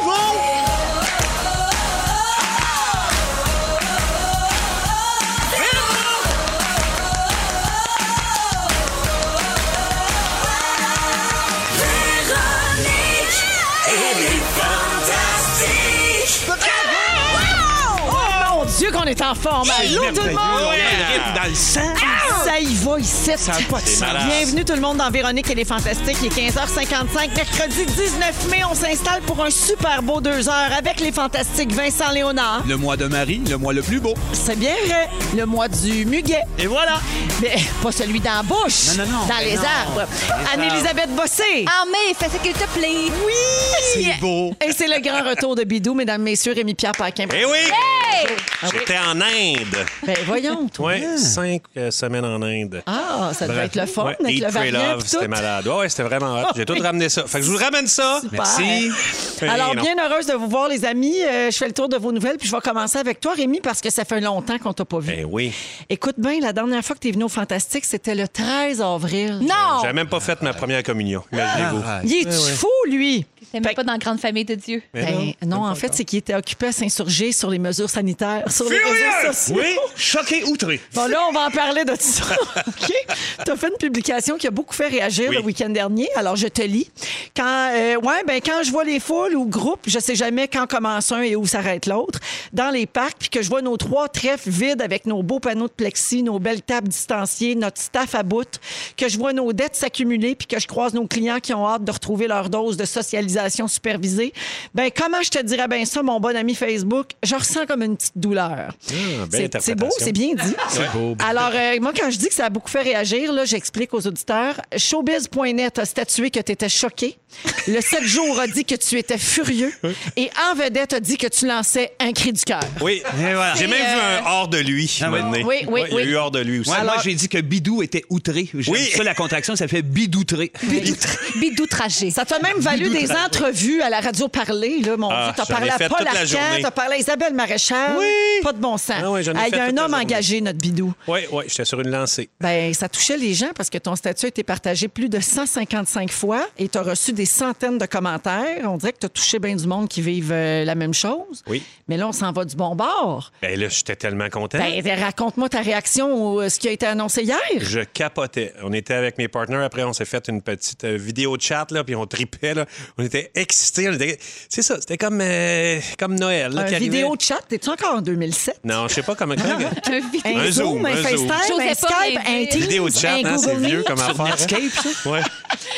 Bravo! Mon Dieu, qu'on est en forme. Allô, tout le monde! Ah! Ouais, rythme dans le sang. Ça y va ici. Ça a pas de sens. Bienvenue tout le monde dans Véronique et les Fantastiques. Il est 15h55, mercredi 19 mai. On s'installe pour un super beau deux heures avec les Fantastiques Vincent Léonard. Le mois de Marie, le mois le plus beau. C'est bien vrai, le mois du muguet. Et voilà. Mais pas celui dans la bouche, Non, non, non. dans Ben Mais les non. arbres. Anne-Elisabeth Bossé. En mai, fais ce qu'il te plaît. Oui! C'est beau. Et c'est le grand retour de Bidou, mesdames, messieurs, Rémi-Pierre Paquin. Eh oui! Hey! J'étais en Inde. Ben voyons, toi. Ouais, cinq euh, semaines en Inde. Ah, ça devait être le fun Ouais, avec Eat, le Pray, variant Love, pis c'était tout. malade. Ouais, ouais, c'était vraiment hot. J'ai tout ramené ça. Fait que je vous ramène ça. Super. Eh Et Alors, non. bien heureuse de vous voir, les amis. Euh, je fais le tour de vos nouvelles, puis je vais commencer avec toi, Rémi, parce que ça fait longtemps qu'on t'a pas vu. Eh oui. Écoute bien, la dernière fois que tu es venu au Fantastique, c'était le 13 avril. Non! J'avais même pas fait ma première communion. Ah. Imaginez-vous. Il est fou, lui? T'es Fait- même pas dans la grande famille de Dieu. Mais Ben, non. non, en fait, c'est qu'il était occupé à s'insurger sur les mesures sanitaires, sur les réseaux sociaux. Oui, choqué, outré. Bon, là, on va en parler de tout ça. OK? Tu as fait une publication qui a beaucoup fait réagir Oui. le week-end dernier. Alors, je te lis. Quand, euh, ouais, ben, quand je vois les foules ou groupes, je sais jamais quand commence un et où s'arrête l'autre, dans les parcs, puis que je vois nos trois trèfles vides avec nos beaux panneaux de plexi, nos belles tables distanciées, notre staff à bout, que je vois nos dettes s'accumuler, puis que je croise nos clients qui ont hâte de retrouver leur dose de socialisation supervisée. Ben, comment je te dirais bien ça, mon bon ami Facebook? Je ressens comme une petite douleur. Ah, belle C'est- c'est beau, interprétation. c'est bien dit. Alors, euh, moi, quand je dis que ça a beaucoup fait réagir, là, j'explique aux auditeurs. Showbiz.net a statué que tu étais choqué. Le 7 jours a dit que tu étais furieux. Et En Vedette a dit que tu lançais un cri du cœur. Oui. J'ai même vu un hors de lui. Ah un oui? moment donné. euh, Oui, oui, Ouais, Il y a oui. eu hors de lui aussi. Moi, moi, j'ai dit que Bidou était outré. J'aime Oui. ça, la contraction, ça fait Bidoutré. Bidoutragé. Ça t'a même valu des entrevues à la radio parler, là, mon Ah, Dieu. T'as j'en ai parlé à fait Paul toute la Arcand, journée. t'as parlé à Isabelle Maréchal. Oui. Pas de bon sens. Ah oui, j'en ai Ah, Il y fait a un toute la homme journée. engagé, notre bidou. Oui, oui, j'étais sur une lancée. Ben, ça touchait les gens parce que ton statut a été partagé plus de 155 fois et tu as reçu des centaines de commentaires. On dirait que tu as touché bien du monde qui vivent euh, la même chose. Oui. Mais là, on s'en va du bon bord. Ben là, j'étais tellement content. Ben, ben, raconte-moi ta réaction à ce qui a été annoncé hier. Je capotais. On était avec mes partenaires. Après, on s'est fait une petite euh, vidéo de chat, là, puis on tripait. Là. On était excités. on était- C'est ça, c'était comme, euh, comme Noël. Là, Un qui arrivait. vidéo de chat, t'es-tu encore en 2007? Non, je sais pas comment. comment- Un vide. Un, Un Zoom, Zoom, un un Zoom. FaceTime, un J'osais pas Skype, rêver. un Teams, vidéo de chat, un hein, c'est Google vieux Meet. comme affaire. hein. Ouais,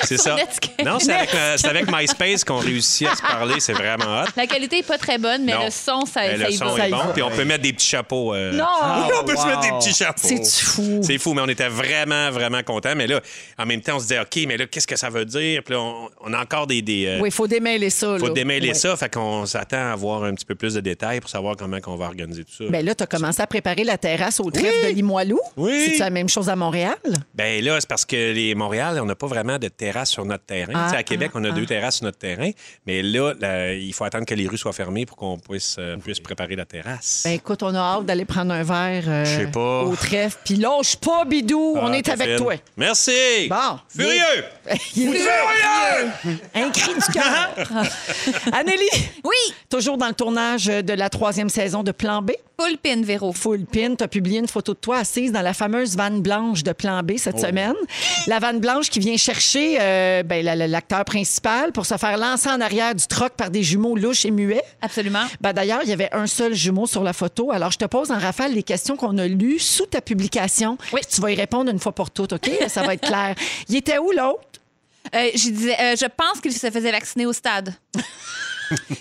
c'est ça. Netscape. Non, c'est avec, euh, c'est avec MySpace qu'on réussit à se parler. C'est vraiment hot. La qualité est pas très bonne, mais Non. le son, ça, Mais ça le y son va. est Ça y bon, va. puis on peut mettre des petits chapeaux. euh, Non! oui, on peut se mettre des petits chapeaux. C'est fou. C'est fou, mais on était vraiment, vraiment contents. Mais là, en même temps, on se disait, OK, mais là, qu'est-ce que ça veut dire? Puis là, on, on a encore des. des euh, Oui, il faut démêler ça. faut là. démêler Ouais. ça, fait qu'on s'attend à avoir un petit peu plus de détails pour savoir comment qu'on va organiser tout ça. Ben là, tu as commencé à préparer la terrasse au trèfle de Limoilou. Oui. C'est la même chose à Montréal. Ben là, c'est parce que les Montréal, on n'a pas vraiment de terrasse sur notre terrain. Ah, Tu sais, à Québec, ah, on a ah. deux terrasses sur notre terrain, mais là, là, il faut attendre que les rues soient fermées pour qu'on puisse, euh, puisse préparer la terrasse. Ben écoute, on a hâte d'aller prendre un verre euh, Je sais pas. au trèfle. Puis lâche pas, Bidou, on Ah, est avec Catherine. toi. Merci. Bon. Furieux. Il est- Un cri du cœur. Anélie, Oui! toujours dans le tournage de la troisième saison de Plan B. Full pin, Véro. Full Pin, tu as publié une photo de toi assise dans la fameuse vanne blanche de Plan B cette semaine. La vanne blanche qui vient chercher euh, ben, la- la- l'acteur principal pour se faire lancer en arrière du troc par des jumeaux louches et muets. Absolument. Ben, D'ailleurs, il y avait un seul jumeau sur la photo. Alors, je te pose en rafale les questions qu'on a lues sous ta publication. Oui. Puis Tu vas y répondre une fois pour toutes, OK? Ça va être clair. Il était où l'autre? Euh, je, disais, euh, je pense qu'il se faisait vacciner au stade.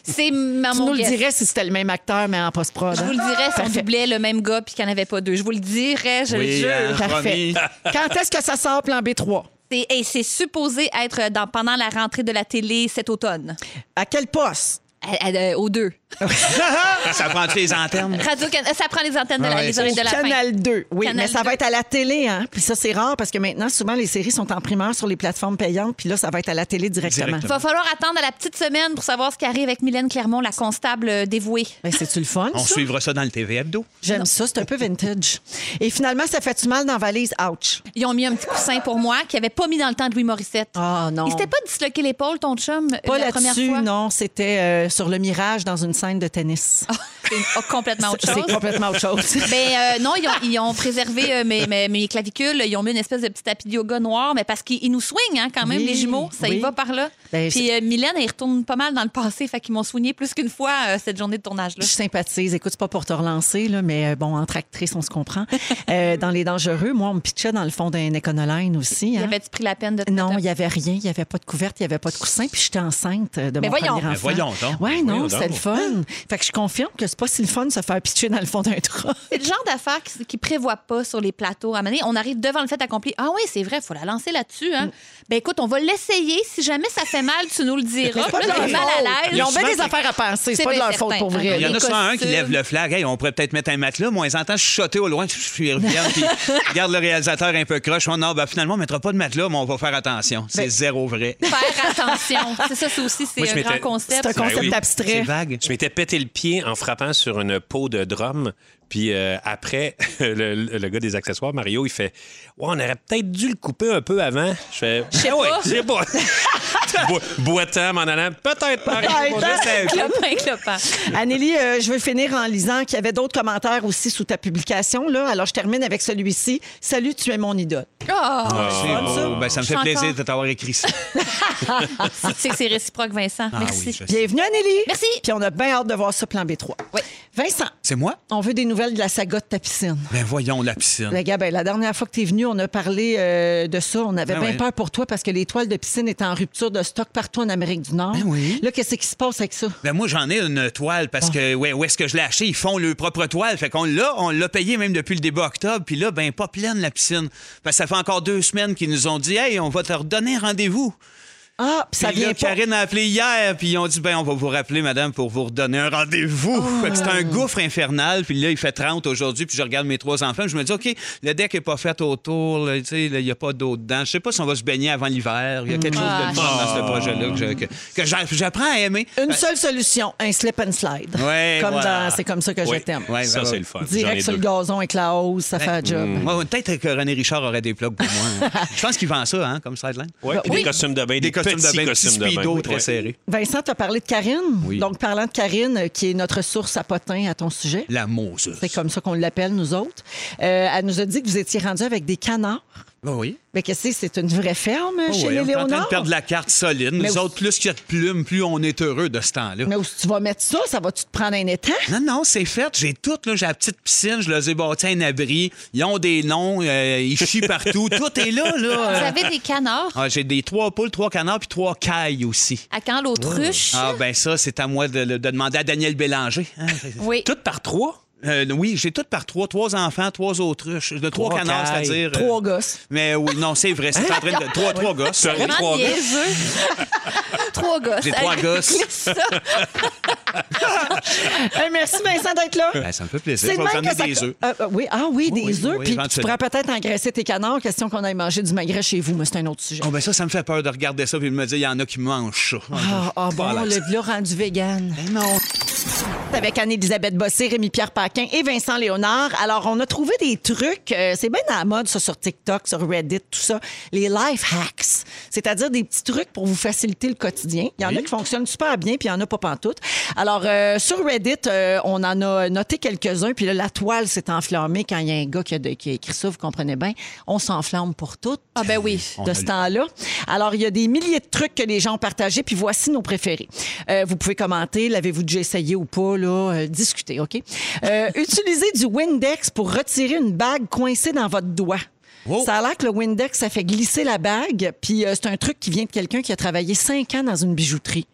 C'est ma Tu mon nous le guess. dirais si c'était le même acteur, mais en post-prod. Je vous le hein? dirais si on Parfait. doublait le même gars puis qu'il n'y en avait pas deux. Je vous le dirais, je le Oui, jure. hein, Parfait. promis. Quand est-ce que ça sort, Plan B3? C'est- Et c'est supposé être dans, pendant la rentrée de la télé cet automne. À quel poste? À- à- euh, aux deux. ça prend-tu les antennes? Radio Canada, ça prend les antennes de la, Ouais, les oreilles de la fin. Canal 2, oui, Canal mais ça 2. va être à la télé, hein. Puis ça, c'est rare parce que maintenant, souvent, les séries sont en primeur sur les plateformes payantes, puis là, ça va être à la télé directement. Il va falloir attendre à la petite semaine pour savoir ce qui arrive avec Mylène Clermont, la constable euh, dévouée. Ben, c'est-tu le fun? On ça? suivra ça dans le TV Hebdo. J'aime ça, c'est un peu vintage. Et finalement, ça fait-tu mal dans valise? Ouch! Ils ont mis un petit coussin pour moi qu'ils n'avaient pas mis dans le temps de Louis Morissette. Ah non! Il s'était pas disloqué l'épaule, ton chum, Pas la première là-dessus, fois? non. C'était euh, sur le mirage dans une scène de tennis. C'est une- oh, complètement autre C'est chose. complètement autre chose. Mais euh, non, ils ont, ils ont préservé euh, mes, mes, mes clavicules. Ils ont mis une espèce de petit tapis de yoga noir, mais parce qu'ils ils nous soignent hein, quand même, Oui, les jumeaux. Ça y oui. va par là. Ben, Puis euh, Mylène, elle retourne pas mal dans le passé, fait qu'ils m'ont soigné plus qu'une fois euh, cette journée de tournage-là. Je sympathise. Écoute, c'est pas pour te relancer, là, mais euh, bon, entre actrices, on se comprend. Euh, dans Les Dangereux, moi, on me pitchait dans le fond d'un éconoline aussi. Il hein. avait-tu pris la peine de te Non, mettre un- il n'y avait rien. Il n'y avait pas de couverte, il n'y avait pas de coussin, puis j'étais enceinte euh, de Mais mon voyons. premier Mais enfant. voyons donc. Ouais, non, Voyons c'était le donc. fun. Fait que je confirme que c'est pas si le fun de se faire pitcher dans le fond d'un trou. C'est le genre d'affaires qui, qui prévoit pas sur les plateaux. À un moment donné, on arrive devant le fait accompli. Ah oui, c'est vrai, faut la lancer là-dessus. Mm. Hein. Ben écoute, on va l'essayer. Si jamais ça fait mal, tu nous le diras. pas de Là, leur t'es mal faute. à l'aise. Ils ont bien Souvent, des affaires à penser. c'est C'est pas de bien leur faute certain. pour vrai. Ah, Il y en Les a souvent un qui costumes. lève le flag. Hey, on pourrait peut-être mettre un matelas. Moi, ils entendent chuchoter au loin. Puis ils reviennent, puis ils regardent le réalisateur un peu croche. On non, ben, finalement, on mettra pas de matelas, mais on va faire attention. C'est zéro vrai. Faire attention. C'est ça, c'est aussi c'est Moi, je un grand m'étais- concept. C'est un concept Ben oui. C'est abstrait. vague. Je m'étais pété le pied en frappant sur une peau de drum. Puis euh, après, le, le gars des accessoires, Mario, il fait Ouais, on aurait peut-être dû le couper un peu avant. Je fais Je sais pas. Je sais pas. Bo- Boitant, m'en allant. Peut-être, Mario. Peut-être. je sais pas. Clopin, clopin. Annélie, euh, je veux finir en lisant qu'il y avait d'autres commentaires aussi sous ta publication. Là. Alors, je termine avec celui-ci. Salut, tu es mon idole. Oh, C'est beau. Ben, ça me fait Chantant. plaisir de t'avoir écrit ça. tu sais que ah, c'est réciproque, Vincent. Ah Merci. oui, je sais. Bienvenue, Annélie. Merci. Puis on a bien hâte de voir ce plan B3. Oui. Vincent, C'est moi? on veut des nouvelles de la saga de ta piscine. Ben voyons la piscine. Le gars, ben, la dernière fois que tu es venu, on a parlé euh, de ça. On avait Ah bien ouais. peur pour toi parce que les toiles de piscine étaient en rupture de stock partout en Amérique du Nord. Ben oui. Là, qu'est-ce qui se passe avec ça? Ben moi, j'en ai une toile parce Ah. que ouais, où est-ce que je l'ai acheté? Ils font leur propre toile. Fait qu'on l'a, on l'a payé même depuis le début octobre. Puis là, ben pas pleine la piscine. Parce que ça fait encore deux semaines qu'ils nous ont dit Hey, on va te redonner rendez-vous. Ah, puis ça Puis là, vient pas. Karine a appelé hier, puis ils ont dit ben on va vous rappeler, madame, pour vous redonner un rendez-vous. Oh. Fait que C'est un gouffre infernal. Puis là, il fait 30 aujourd'hui, puis je regarde mes trois enfants. puis Je me dis OK, le deck est pas fait autour, là, tu sais, là, il n'y a pas d'eau dedans. Je sais pas si on va se baigner avant l'hiver. Il y a Mm. quelque chose de Ah. le fun dans ce projet-là que je- que, que j'a- j'apprends à aimer. Une seule solution, un slip and slide. Ben Ouais, comme voilà. dans C'est comme ça que Oui, je t'aime. Ouais, ça, ben, c'est ben, le fun. J'en ai Direct sur le deux. gazon avec la hausse, ça fait un job. Ouais, Mm. Peut-être que René Richard aurait des plugs pour moi. Je pense qu'il vend ça, hein, comme sideline. Ouais, puis Oui. des costumes de bain, des, Des costumes petits de bain, costumes de bain. speedo très Ouais. serrés. Vincent, tu as parlé de Karine. Donc, parlant de Karine, euh, qui est notre source à potin à ton sujet, La mousse. c'est comme ça qu'on l'appelle, nous autres, euh, elle nous a dit que vous étiez rendu avec des canards. Ben oui. Mais qu'est-ce que c'est? C'est une vraie ferme Oh chez oui, les on est en train Léonards? de perdre la carte solide. Nous Mais- autres, plus qu'il y a de plumes, plus on est heureux de ce temps-là. Mais où tu vas mettre ça? Ça va-tu te prendre un étang? Non, non, c'est fait. J'ai tout. là. J'ai la petite piscine. Je les ai bâtis un abri. Ils ont des noms. euh, ils chient partout. tout est là. Vous là. avez des canards Ah, J'ai des trois poules, trois canards, puis trois cailles aussi. à quand l'autruche? Ah, ben ça, c'est à moi de, de demander à Daniel Bélanger. hein. Oui. Toutes par trois. Euh, oui, j'ai tout par trois. Trois enfants, trois autruches. De trois, Trois canards, cailles. c'est-à-dire. euh, Trois gosses. Mais oui, non, c'est vrai. C'est en train de. Trois, trois gosses. T'aurais Vraiment trois gars. niaiseux. trois gosses. J'ai trois gosses. Ça, Hey, merci, Vincent, d'être là. Ben, ça me fait plaisir. C'est Je de vais vous même emmener que ça- des œufs. Euh, euh, oui, ah oui, Oui, des oui, œufs. oui, puis tu éventuellement. pourrais peut-être engraisser tes canards, question qu'on aille manger du magret chez vous, mais c'est un autre sujet. Oh, ben ça, ça me fait peur de regarder ça puis de me dire, il y en a qui mangent ça. ben, Ah, ah, bon, Voilà. le là rendu vegan. Avec Anne-Élisabeth Bossé, Rémi-Pierre Paquin et Vincent Léonard. Alors, on a trouvé des trucs, euh, c'est bien à la mode, ça, sur TikTok, sur Reddit, tout ça, les life hacks. C'est-à-dire des petits trucs pour vous faciliter le quotidien. Il y en a qui fonctionnent super bien, puis il y en a pas pantoute. Alors, euh, sur Reddit, euh, on en a noté quelques-uns, puis là, la toile s'est enflammée quand il y a un gars qui a, de- qui a écrit ça, vous comprenez bien. On s'enflamme pour toutes Ah ben oui. de ce temps-là. Alors, il y a des milliers de trucs que les gens ont partagés, puis voici nos préférés. Euh, vous pouvez commenter, l'avez-vous déjà essayé ou pas, là, euh, discuter, OK? Euh, utiliser du Windex pour retirer une bague coincée dans votre doigt. Oh. Ça a l'air que le Windex, ça fait glisser la bague, puis euh, c'est un truc qui vient de quelqu'un qui a travaillé cinq ans dans une bijouterie.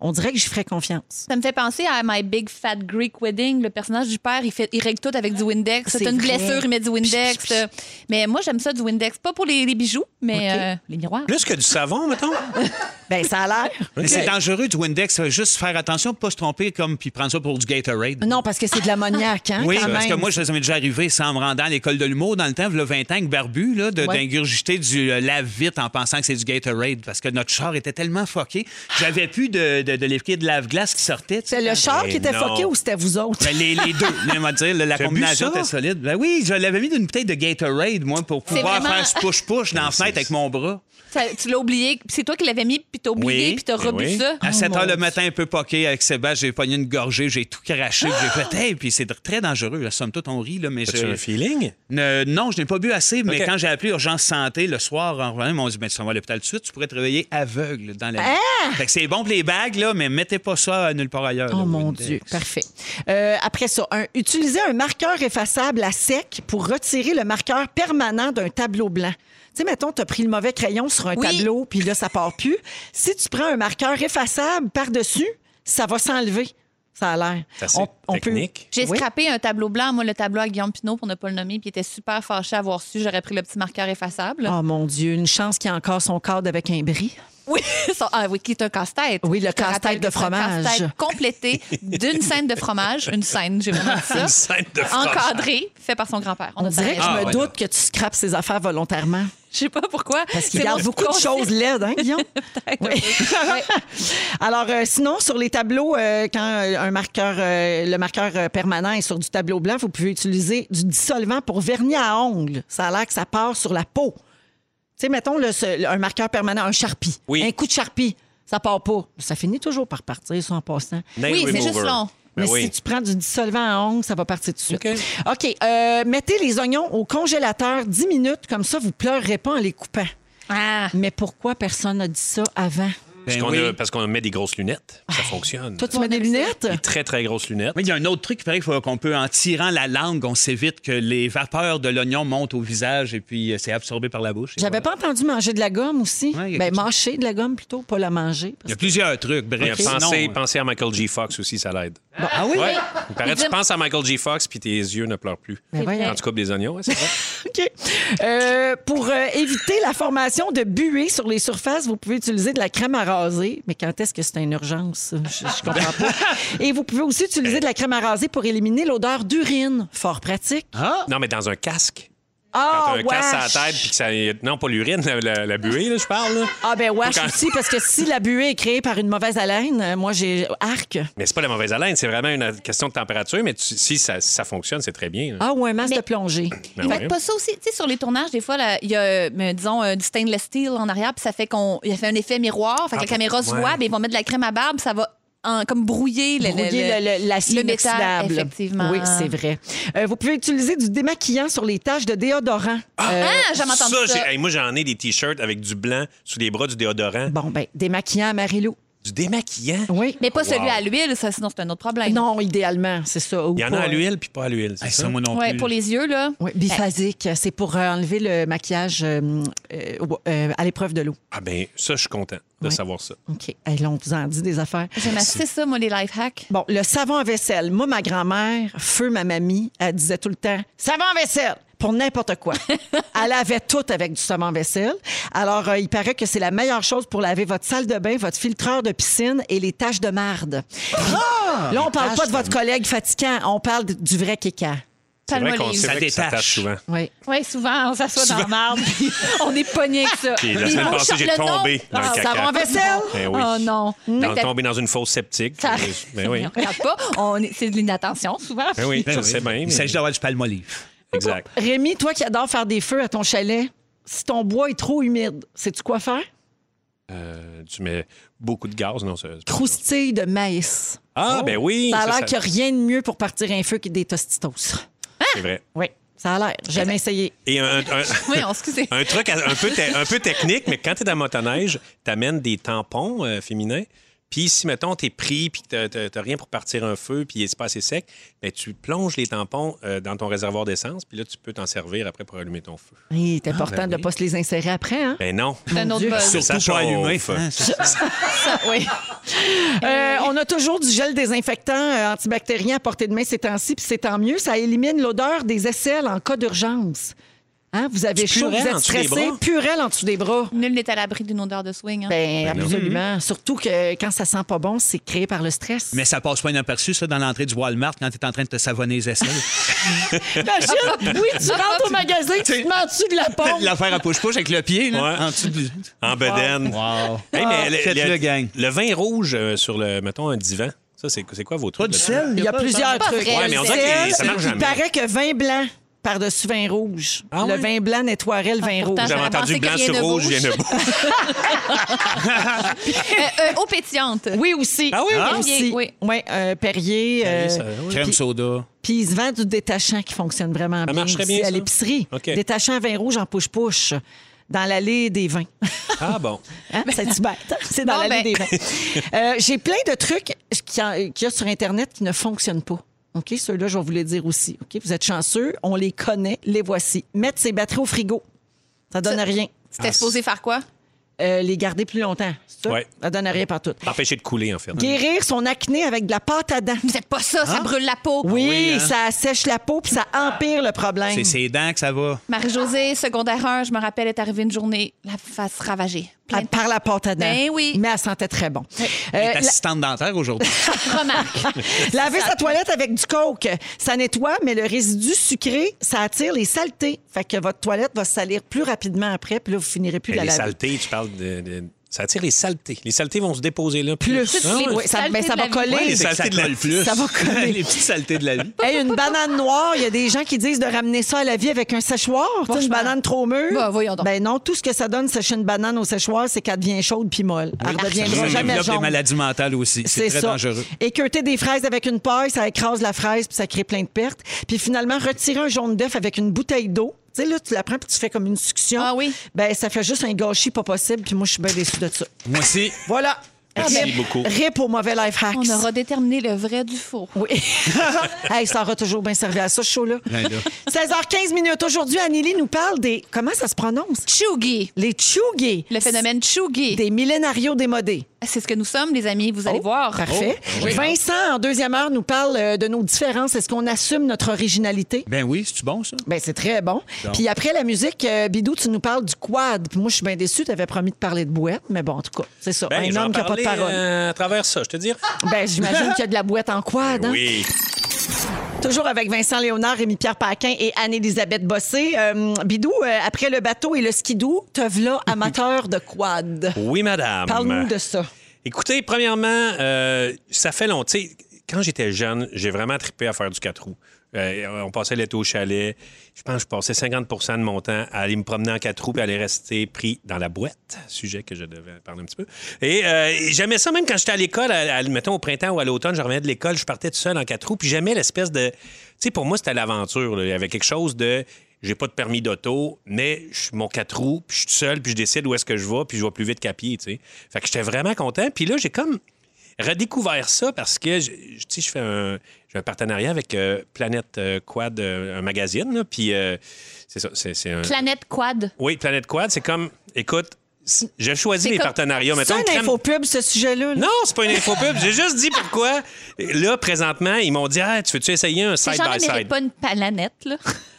on dirait que j'y ferais confiance. Ça me fait penser à My Big Fat Greek Wedding. Le personnage du père, il, fait, il règle tout avec du Windex. C'est T'as une vrai. blessure, il met du Windex. Mais moi, j'aime ça, du Windex. Pas pour les, les bijoux, mais OK. euh, les miroirs. Plus que du savon, mettons. Ben ça a l'air. Mais c'est dangereux du Windex. Faut Juste faire attention, pas se tromper comme puis prendre ça pour du Gatorade. Non, parce que c'est de l'ammoniaque, hein, Oui, quand parce même. que moi, je me déjà arrivé sans me rendre à l'école de l'humour dans le temps, le 20 ans, que barbu, là, de- Ouais. d'ingurgiter du euh, lave-vite en pensant que c'est du Gatorade parce que notre char était tellement foqué. J'avais plus de, de, de liquide de lave-glace qui sortait. tu sais. C'est le char Eh qui était non. foqué ou c'était vous autres? Ben, les, les deux, là, on va dire, la T'as bu combinaison ça? était solide. Ben oui, je l'avais mis d'une bouteille de Gatorade, moi, pour pouvoir vraiment- faire ce push-push dans la fenêtre avec mon bras. Ça- tu l'as oublié. Puis C'est toi qui l'avais mis, puis t'as oublié, Oui. puis t'as Eh rebu oui. ça. À 7 Oh mon h le Dieu. matin, un peu poqué avec Sébastien, j'ai pogné une gorgée, j'ai tout craché, puis j'ai fait, hey, puis c'est très dangereux. La somme toute, on rit, là, mais As-tu je- un feeling? Ne- non, je n'ai pas bu assez, mais OK. quand j'ai appelé Urgence Santé le soir, en revenant, ils m'ont dit ben, Tu s'en vas à l'hôpital tout de suite, tu pourrais te réveiller aveugle dans la Hein? nuit. Fait que c'est bon pour les bagues, là, mais mettez pas ça euh, nulle part ailleurs. Oh là, mon Windex. Dieu, parfait. Euh, après ça, un, utiliser un marqueur effaçable à sec pour retirer le marqueur permanent d'un tableau blanc. Tu sais, mettons, tu as pris le mauvais crayon sur un Oui. tableau, puis là, ça part plus. Si tu prends un marqueur effaçable par-dessus, ça va s'enlever. Ça a l'air. C'est assez technique. J'ai Oui. scrappé un tableau blanc, moi, le tableau à Guillaume Pinot, pour ne pas le nommer, puis il était super fâché à avoir su. J'aurais pris le petit marqueur effaçable. Oh mon Dieu, une chance qu'il y a encore son cadre avec un bris. Oui, son- ah oui, qui est un casse-tête. Oui, le Je te casse-tête rappelle de que c'est un fromage. casse-tête complété d'une scène de fromage, une scène, j'ai vraiment dit ça. Une scène de fromage. Encadrée, fait par son grand-père. On a dirait parlé. que je Ah, me ouais, doute que tu scrapes ces affaires volontairement. Je sais pas pourquoi. Parce qu'il C'est garde mon beaucoup de concept. choses laides, hein, Guillaume? Oui. Ouais. Alors, euh, sinon, sur les tableaux, euh, quand euh, un marqueur, euh, le marqueur euh, permanent est sur du tableau blanc, vous pouvez utiliser du dissolvant pour vernis à ongles. Ça a l'air que ça part sur la peau. Tu sais, mettons le- ce- le- un marqueur permanent, un charpie. Oui. Un coup de charpie, ça part pas. Ça finit toujours par partir, ça, en passant. Nail Oui, c'est remover. juste long. Ben Mais oui. si tu prends du dissolvant à ongles, ça va partir tout de suite. OK. OK. euh, mettez les oignons au congélateur 10 minutes, comme ça, vous pleurerez pas en les coupant. Ah. Mais pourquoi personne n'a dit ça avant? Parce Ben qu'on oui. a- parce qu'on met des grosses lunettes. Ça fonctionne. Toi, tu mets des lunettes? Des très, très grosses lunettes. Mais il y a un autre truc qui paraît qu'il faut- qu'on peut, en tirant la langue, on s'évite que les vapeurs de l'oignon montent au visage et puis euh, c'est absorbé par la bouche. et J'avais voilà. pas entendu manger de la gomme aussi. Ouais, y a ben, quelque mâcher de la gomme plutôt, pas la manger. Il y parce a plusieurs trucs, Mais bref. sinon, pensez, euh, pensez à Michael G. Fox aussi, ça l'aide. Ah oui? Ouais. Il paraît que Il tu dit- penses à Michael G. Fox puis tes yeux ne pleurent plus. Ben C'est voyons. Quand tu coupes des oignons, ouais, c'est vrai. OK. Euh, pour euh, éviter la formation de buée sur les surfaces, vous pouvez utiliser de la crème à raser. Mais quand est-ce que c'est une urgence? ça? Je, je comprends pas. Et vous pouvez aussi utiliser de la crème à raser pour éliminer l'odeur d'urine. Fort pratique. Ah! Non, mais dans un casque. Quand Ah, t'as un casque à wesh! la tête puis que ça. Non, pas l'urine, la, la- la buée, là, je parle. là. Ah ben wesh Quand- aussi, parce que si la buée est créée par une mauvaise haleine, euh, moi j'ai arc. Mais c'est pas la mauvaise haleine, c'est vraiment une question de température, mais tu- si ça, ça fonctionne, c'est très bien. là. Ah, ou un masque Mais- de plongée. Ben Ils ouais. mettent pas ça aussi. Tu sais, sur les tournages, des fois, là, il y a, euh, mais disons, euh, du stainless steel en arrière, puis ça fait qu'on. Il a fait un effet miroir. Fait que Ah, la caméra se ouais. voit, mais ils vont mettre de la crème à barbe, ça va en- comme brouiller le. le- Brouiller le- le- le- l'acier le métal, inoxydable. effectivement. Oui, c'est vrai. Euh, vous pouvez utiliser du démaquillant sur les taches de déodorant. Euh, Ah, j'ai entendu ça. j'ai- hey, moi, j'en ai des T-shirts avec du blanc sous les bras du déodorant, bon, ben, démaquillant à Marilou. du démaquillant. Oui. Mais pas Wow. celui à l'huile, ça, sinon c'est un autre problème. Non, idéalement, c'est ça. ou Il y en pas, a à l'huile puis pas à l'huile, c'est Hey, ça? ça, moi non Ouais, plus. pour les yeux, là. Oui, biphasique, c'est pour euh, enlever le maquillage euh, euh, euh, à l'épreuve de l'eau. Ah ben ça, je suis content de Ouais. savoir ça. OK. Hey, là, on vous en dit des affaires. J'aime assez ça, moi, les life hacks. Bon, le savon à vaisselle. Moi, ma grand-mère, feu ma mamie, elle disait tout le temps savon à vaisselle pour n'importe quoi. elle avait tout avec du savon à vaisselle. Alors, euh, il paraît que c'est la meilleure chose pour laver votre salle de bain, votre filtreur de piscine et les taches de marde. Là, on parle pas Ah! de votre collègue fatigant, on parle d- du vrai kéka. C'est vrai Palme qu'on les sait yeux. vrai que ça détache. tâche souvent. Oui. Oui, souvent, on s'assoit dans la marde, puis on est pogné avec ça. Puis la Puis semaine on passée, cherche j'ai le nom. tombé dans le Ah, caca. ça va en vaisselle. Eh oui. Oh non. Fait Dans, que la- tomber dans une fosse septique. ça- Ben oui. On regarde pas. On est- C'est de l'inattention, souvent. Ben oui, Ben je oui. sais bien. Il mais- s'agit d'avoir du palmolive. Exact. Rémi, toi qui adore faire des feux à ton chalet, si ton bois est trop humide, sais-tu quoi faire? Euh, tu mets beaucoup de gaz, non? ça- Croustille de maïs. Oh. Ah, ben oui. Ça a ça, l'air ça- qu'il n'y a rien de mieux pour partir un feu que des tostitos. C'est vrai. Oui, ça a l'air. Jamais essayé. Et un, un- Oui, on excusez. un truc un peu, te- un peu technique, mais quand t'es dans la motoneige, t'amènes des tampons euh, féminins, Puis si, mettons, t'es pris, puis que t'as- t'as t'as rien pour partir un feu, puis il est pas assez sec, mais tu plonges les tampons euh, dans ton réservoir d'essence, puis là, tu peux t'en servir après pour allumer ton feu. Hey, C'est important ben de ne oui. pas se les insérer après. Hein? Ben non. C'est un autre Dieu. buzz. Ça Surtout pas chauffe. allumé. hein, c'est ça. Ça, oui. Euh, on a toujours du gel désinfectant euh, antibactérien à portée de main ces temps-ci, puis c'est tant mieux. Ça élimine l'odeur des aisselles en cas d'urgence. Hein, vous avez Du chaud, vous Purel êtes en dessous des stressé, bras? purel en dessous des bras. Nul n'est à l'abri d'une odeur de swing. hein. Ben, Ben non. absolument. Surtout que quand ça sent pas bon, c'est créé par le stress. Mais ça passe pas inaperçu, ça, dans l'entrée du Walmart quand t'es en train de te savonner les aisselles. Imagine, oui, tu rentres au magasin, tu te mets en dessous de la pompe. L'affaire à push-push avec le pied, là, Ouais. en dessous du... En bedaine. Wow. Hey, mais le, Ah, Faites-le, le- gang. le vin rouge euh, sur le, mettons, un divan, ça, c'est c'est quoi vos trucs? là-dessus? Il y a plusieurs pas trucs. vrai, Ouais, mais on dirait C'est que les- ça elle, marche Il jamais. paraît que vin blanc par-dessus vin rouge. Ah le oui? vin blanc nettoierait le vin pourtant, rouge. J'avais J'aurais pensé entendu que blanc rien sur ne rouge, bouge. vient de Euh, euh, eau pétillante. Oui, aussi. Ah oui? Ah. Aussi. Perrier, oui. Ouais, euh, Perrier. euh, Crème puis- soda. Puis il se vend du détachant qui fonctionne vraiment bien. marcherait aussi bien, à ça? l'épicerie. OK. Détachant à vin rouge en push-push. Dans l'allée des vins. Ah bon. Hein? C'est-tu bête? C'est dans Ben, Bon, l'allée ben. des vins. Euh, J'ai plein de trucs qui en- qu'il y a sur Internet qui ne fonctionnent pas. OK? Ceux-là, je vais vous les dire aussi. OK? Vous êtes chanceux, on les connaît, les voici. Mettre ses batteries au frigo, ça donne rien. C'était Ah, supposé faire quoi? Euh, les garder plus longtemps, c'est ça? Ouais. Ça donne rien partout. T'empêcher de couler, en fait. Guérir son acné avec de la pâte à dents. Faites pas ça, Ah. ça brûle la peau. Oui, Oui, hein? ça assèche la peau puis ça empire le problème. C'est ses dents que ça va. Marie-Josée, secondaire 1, je me rappelle, est arrivée une journée, la face ravagée. Plein de Par la pâte à dents. Ben oui. Mais elle sentait très bon. Euh, T'es assistante dentaire aujourd'hui. remarques. Laver sa toilette avec du coke, ça nettoie, mais le résidu sucré, ça attire les saletés. Fait que votre toilette va se salir plus rapidement après, puis là, vous finirez plus Mais de les la laver. saletés, tu parles de, de- Ça attire les saletés. Les saletés vont se déposer là. Plus. Ah ouais. Oui, ça, Saleté ben, ça va de la vie. coller. Ouais, les C'est que saletés de ça la colle vie. plus. Ça va coller. Les petites saletés de la vie. Hey, une banane noire, il y a des gens qui disent de ramener ça à la vie avec un séchoir. Tu sais, une Franchement. banane trop mûre. Bah, voyons donc. Ben non, tout ce que ça donne, sécher une banane au séchoir, c'est qu'elle devient chaude puis molle. Elle ne redeviendra Ça jamais développe des jaune. maladies mentales aussi. C'est très ça. dangereux. Équeuter des fraises avec une paille, ça écrase la fraise puis ça crée plein de pertes. Puis finalement, retirer un jaune d'œuf avec une bouteille d'eau. Tu sais, là, tu la prends puis tu fais comme une succion. Ah oui. Ben, ça fait juste un gâchis pas possible. Puis moi, je suis bien déçue de ça. Moi aussi. Voilà. Merci Rip- beaucoup. Rip au mauvais life hacks. On aura déterminé le vrai du faux. Oui. hey, ça aura toujours bien servi à ça, ce show-là. Ben là. 16h15 minutes. Aujourd'hui, Anneli nous parle des. Comment ça se prononce? Chuggy. Les chugis. Le phénomène chuggy. Des millénarios démodés. C'est ce que nous sommes, les amis. Vous allez Oh, voir. Parfait. Vincent, en deuxième heure, nous parle euh, de nos différences. Est-ce qu'on assume notre originalité? Ben oui, c'est-tu bon, ça? Ben, c'est très bon. Puis après la musique, euh, Bidou, tu nous parles du quad. Puis moi, je suis bien déçue. Tu avais promis de parler de bouette, mais bon, en tout cas, c'est ça. Ben, je un vais en homme qui n'a pas de parler, parole. euh, à travers ça, je te dirais. Ben, j'imagine qu'il y a de la bouette en quad. hein? Oui. Toujours avec Vincent Léonard, Rémi-Pierre Paquin et Anne-Élisabeth Bossé. Euh, Bidou, euh, après le bateau et le skidou, te v'là amateur de quad. Oui, madame. Parle-nous de ça. Écoutez, premièrement, euh, ça fait longtemps. Tu sais, Quand j'étais jeune, j'ai vraiment trippé à faire du 4 roues. Euh, on passait l'été au chalet. Je pense que je passais 50 de mon temps à aller me promener en 4 roues et à aller rester pris dans la boîte, sujet que je devais parler un petit peu. Et euh, j'aimais ça même quand j'étais à l'école, à- à- mettons au printemps ou à l'automne, je revenais de l'école, je partais tout seul en 4 roues, puis j'aimais l'espèce de. Tu sais, pour moi, c'était l'aventure. là. Il y avait quelque chose de. J'ai pas de permis d'auto, mais je suis mon quatre roues, puis je suis tout seul, puis je décide où est-ce que je vais, puis je vais plus vite qu'à pied, tu sais. Fait que j'étais vraiment content. Puis là, j'ai comme redécouvert ça parce que, je- je- tu sais, je fais un, j'ai un partenariat avec euh, Planète euh, Quad, euh, un magazine, là, puis euh, c'est ça, c'est, c'est un... Planète quad. Oui, Planète Quad, c'est comme, écoute, si- je choisis C'est mes comme- partenariats. C'est Mettons, un crème- infopub, ce sujet-là. là? Non, c'est pas une infopub. J'ai juste dit pourquoi. Là, présentement, ils m'ont dit, ah, tu veux-tu essayer un Ces gens-là side-by-side? méritent pas une planète, là.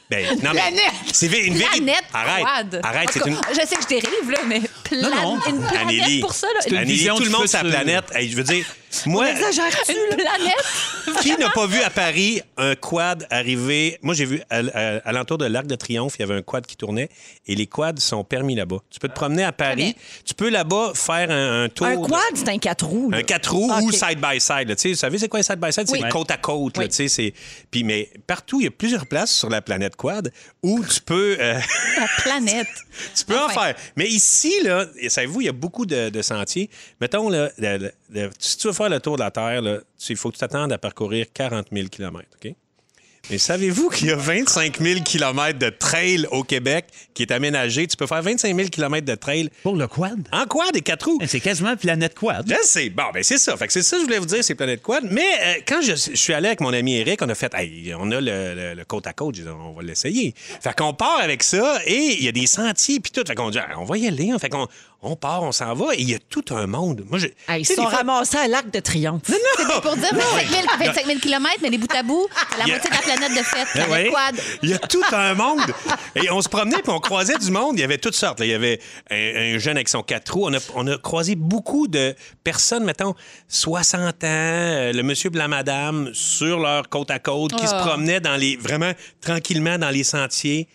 Ben, non, mais Planète! C'est vi- une vérité. Planète Arrête. quad. Arrête, En c'est tout une. cas, Je sais que je dérive, là, mais plan- Non, non. une planète Anneli, pour ça, là. c'est Une, une Anneli, vision tout tout le le monde monde sur sa le- planète. Hey, je veux dire, moi, Exagères-tu, là? une planète. qui n'a pas vu à Paris un quad arriver? Moi, j'ai vu à, l- à- à l'entour de l'Arc de Triomphe, il y avait un quad qui tournait et les quads sont permis là-bas. Tu peux te promener à Paris, tu peux là-bas faire un, un tour. Un de- quad, c'est un quatre roues. là. Un 4 roues OK. ou side-by-side. là. Tu sais, Vous savez, c'est quoi un side-by-side? Oui. C'est côte à côte. là, tu sais, c'est- Puis, mais partout, il y a plusieurs places sur la planète quad où tu peux. euh, La planète. Tu peux en Enfin. faire. Mais ici, là, et savez-vous, il y a beaucoup de, de sentiers. Mettons, là, le- le- le- si tu veux faire le tour de la Terre, là, tu- il faut que tu t'attendes à parcourir 40 000 km. OK? Mais savez-vous qu'il y a 25 000 km de trail au Québec qui est aménagé? Tu peux faire 25 000 km de trail Pour le quad? Ben, en quoi des quatre roues? C'est quasiment planète quad. Je sais. Bon, ben c'est ça. Fait que c'est ça que je voulais vous dire, c'est Planète Quad. Mais euh, quand je, je suis allé avec mon ami Eric, on a fait, Hey, on a le, le- le côte à côte, J'ai dit, on va l'essayer. Fait qu'on part avec ça et il y a des sentiers puis tout. Fait qu'on dit, Ah, on va y aller. Fait qu'on on part, on s'en va et il y a tout un monde. Moi, je, Hey, ils Tu sais, sont des fois- ramassés à l'Arc de Triomphe. Pour dire 25 000, 25 000 km, mais les bout à bout, c'est la Yeah. moitié de la planète de fête. Ben Planète oui. quad. Il y a tout un monde. Et on se promenait puis on croisait du monde. Il y avait toutes sortes. là. Il y avait un, un jeune avec son quatre roues. On a, on a croisé beaucoup de personnes, mettons, 60 ans, euh, le monsieur et la madame, sur leur côte à côte, qui se Ah. promenaient dans les, vraiment tranquillement dans les sentiers,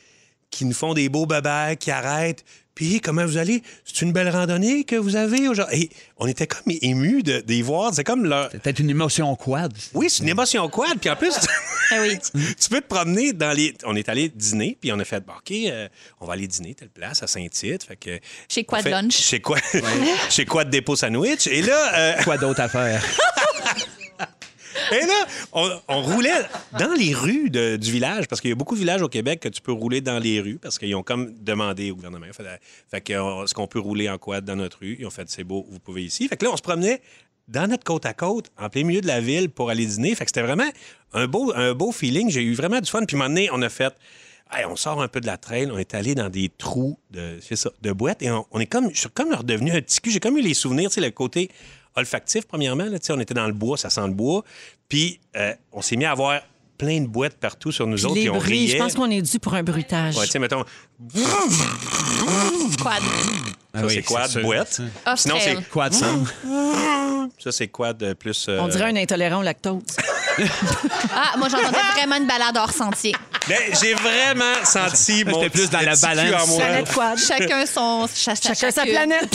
qui nous font des beaux babas, qui arrêtent. Puis, comment vous allez? C'est une belle randonnée que vous avez aujourd'hui? Et on était comme émus de, de les voir. C'est comme leur. Peut-être une émotion quad. Oui, c'est une émotion quad. Puis en plus. Ben oui. tu peux te promener dans les. On est allé dîner, puis on a fait, bon, OK, euh, on va aller dîner telle place à Saint-Tite. Fait que, Chez on Quad fait- Lunch. Chez quoi? chez quoi de dépôt sandwich? Et là, euh, Quoi d'autre à faire? et là on, on roulait dans les rues de- du village, parce qu'il y a beaucoup de villages au Québec que tu peux rouler dans les rues, parce qu'ils ont comme demandé au gouvernement. Fait, euh, fait que, euh, est-ce qu'on peut rouler en quad dans notre rue? Ils ont fait, c'est beau, vous pouvez ici. Fait que là, on se promenait dans notre côte à côte, en plein milieu de la ville, pour aller dîner. Fait que c'était vraiment un beau, un beau feeling. J'ai eu vraiment du fun. Puis, à un moment donné, on a fait... Hey, on sort un peu de la traîne, on est allé dans des trous de, c'est ça, de boîtes et on, on est comme, je suis comme redevenu un petit cul. J'ai comme eu les souvenirs, tu sais, le côté olfactif, premièrement. Là, tu sais, on était dans le bois, ça sent le bois. Puis euh, on s'est mis à avoir plein de boîtes partout sur nous autres, Les puis on bruits, je riait. pense qu'on est dû pour un bruitage. Ouais, tu sais, mettons, Quad. Ah ça c'est quoi de boîte? Ah, Off Sinon, c'est trail. Quad sound. ça, c'est quoi de plus. euh, On dirait un intolérant au lactose. Ah, moi, j'entendais vraiment une balade hors sentier. Ben, j'ai vraiment senti mon. J'étais plus dans le la petit cul balance. en moi. Planète quad. Chacun son. cha- cha- Chacun sa chacune. planète.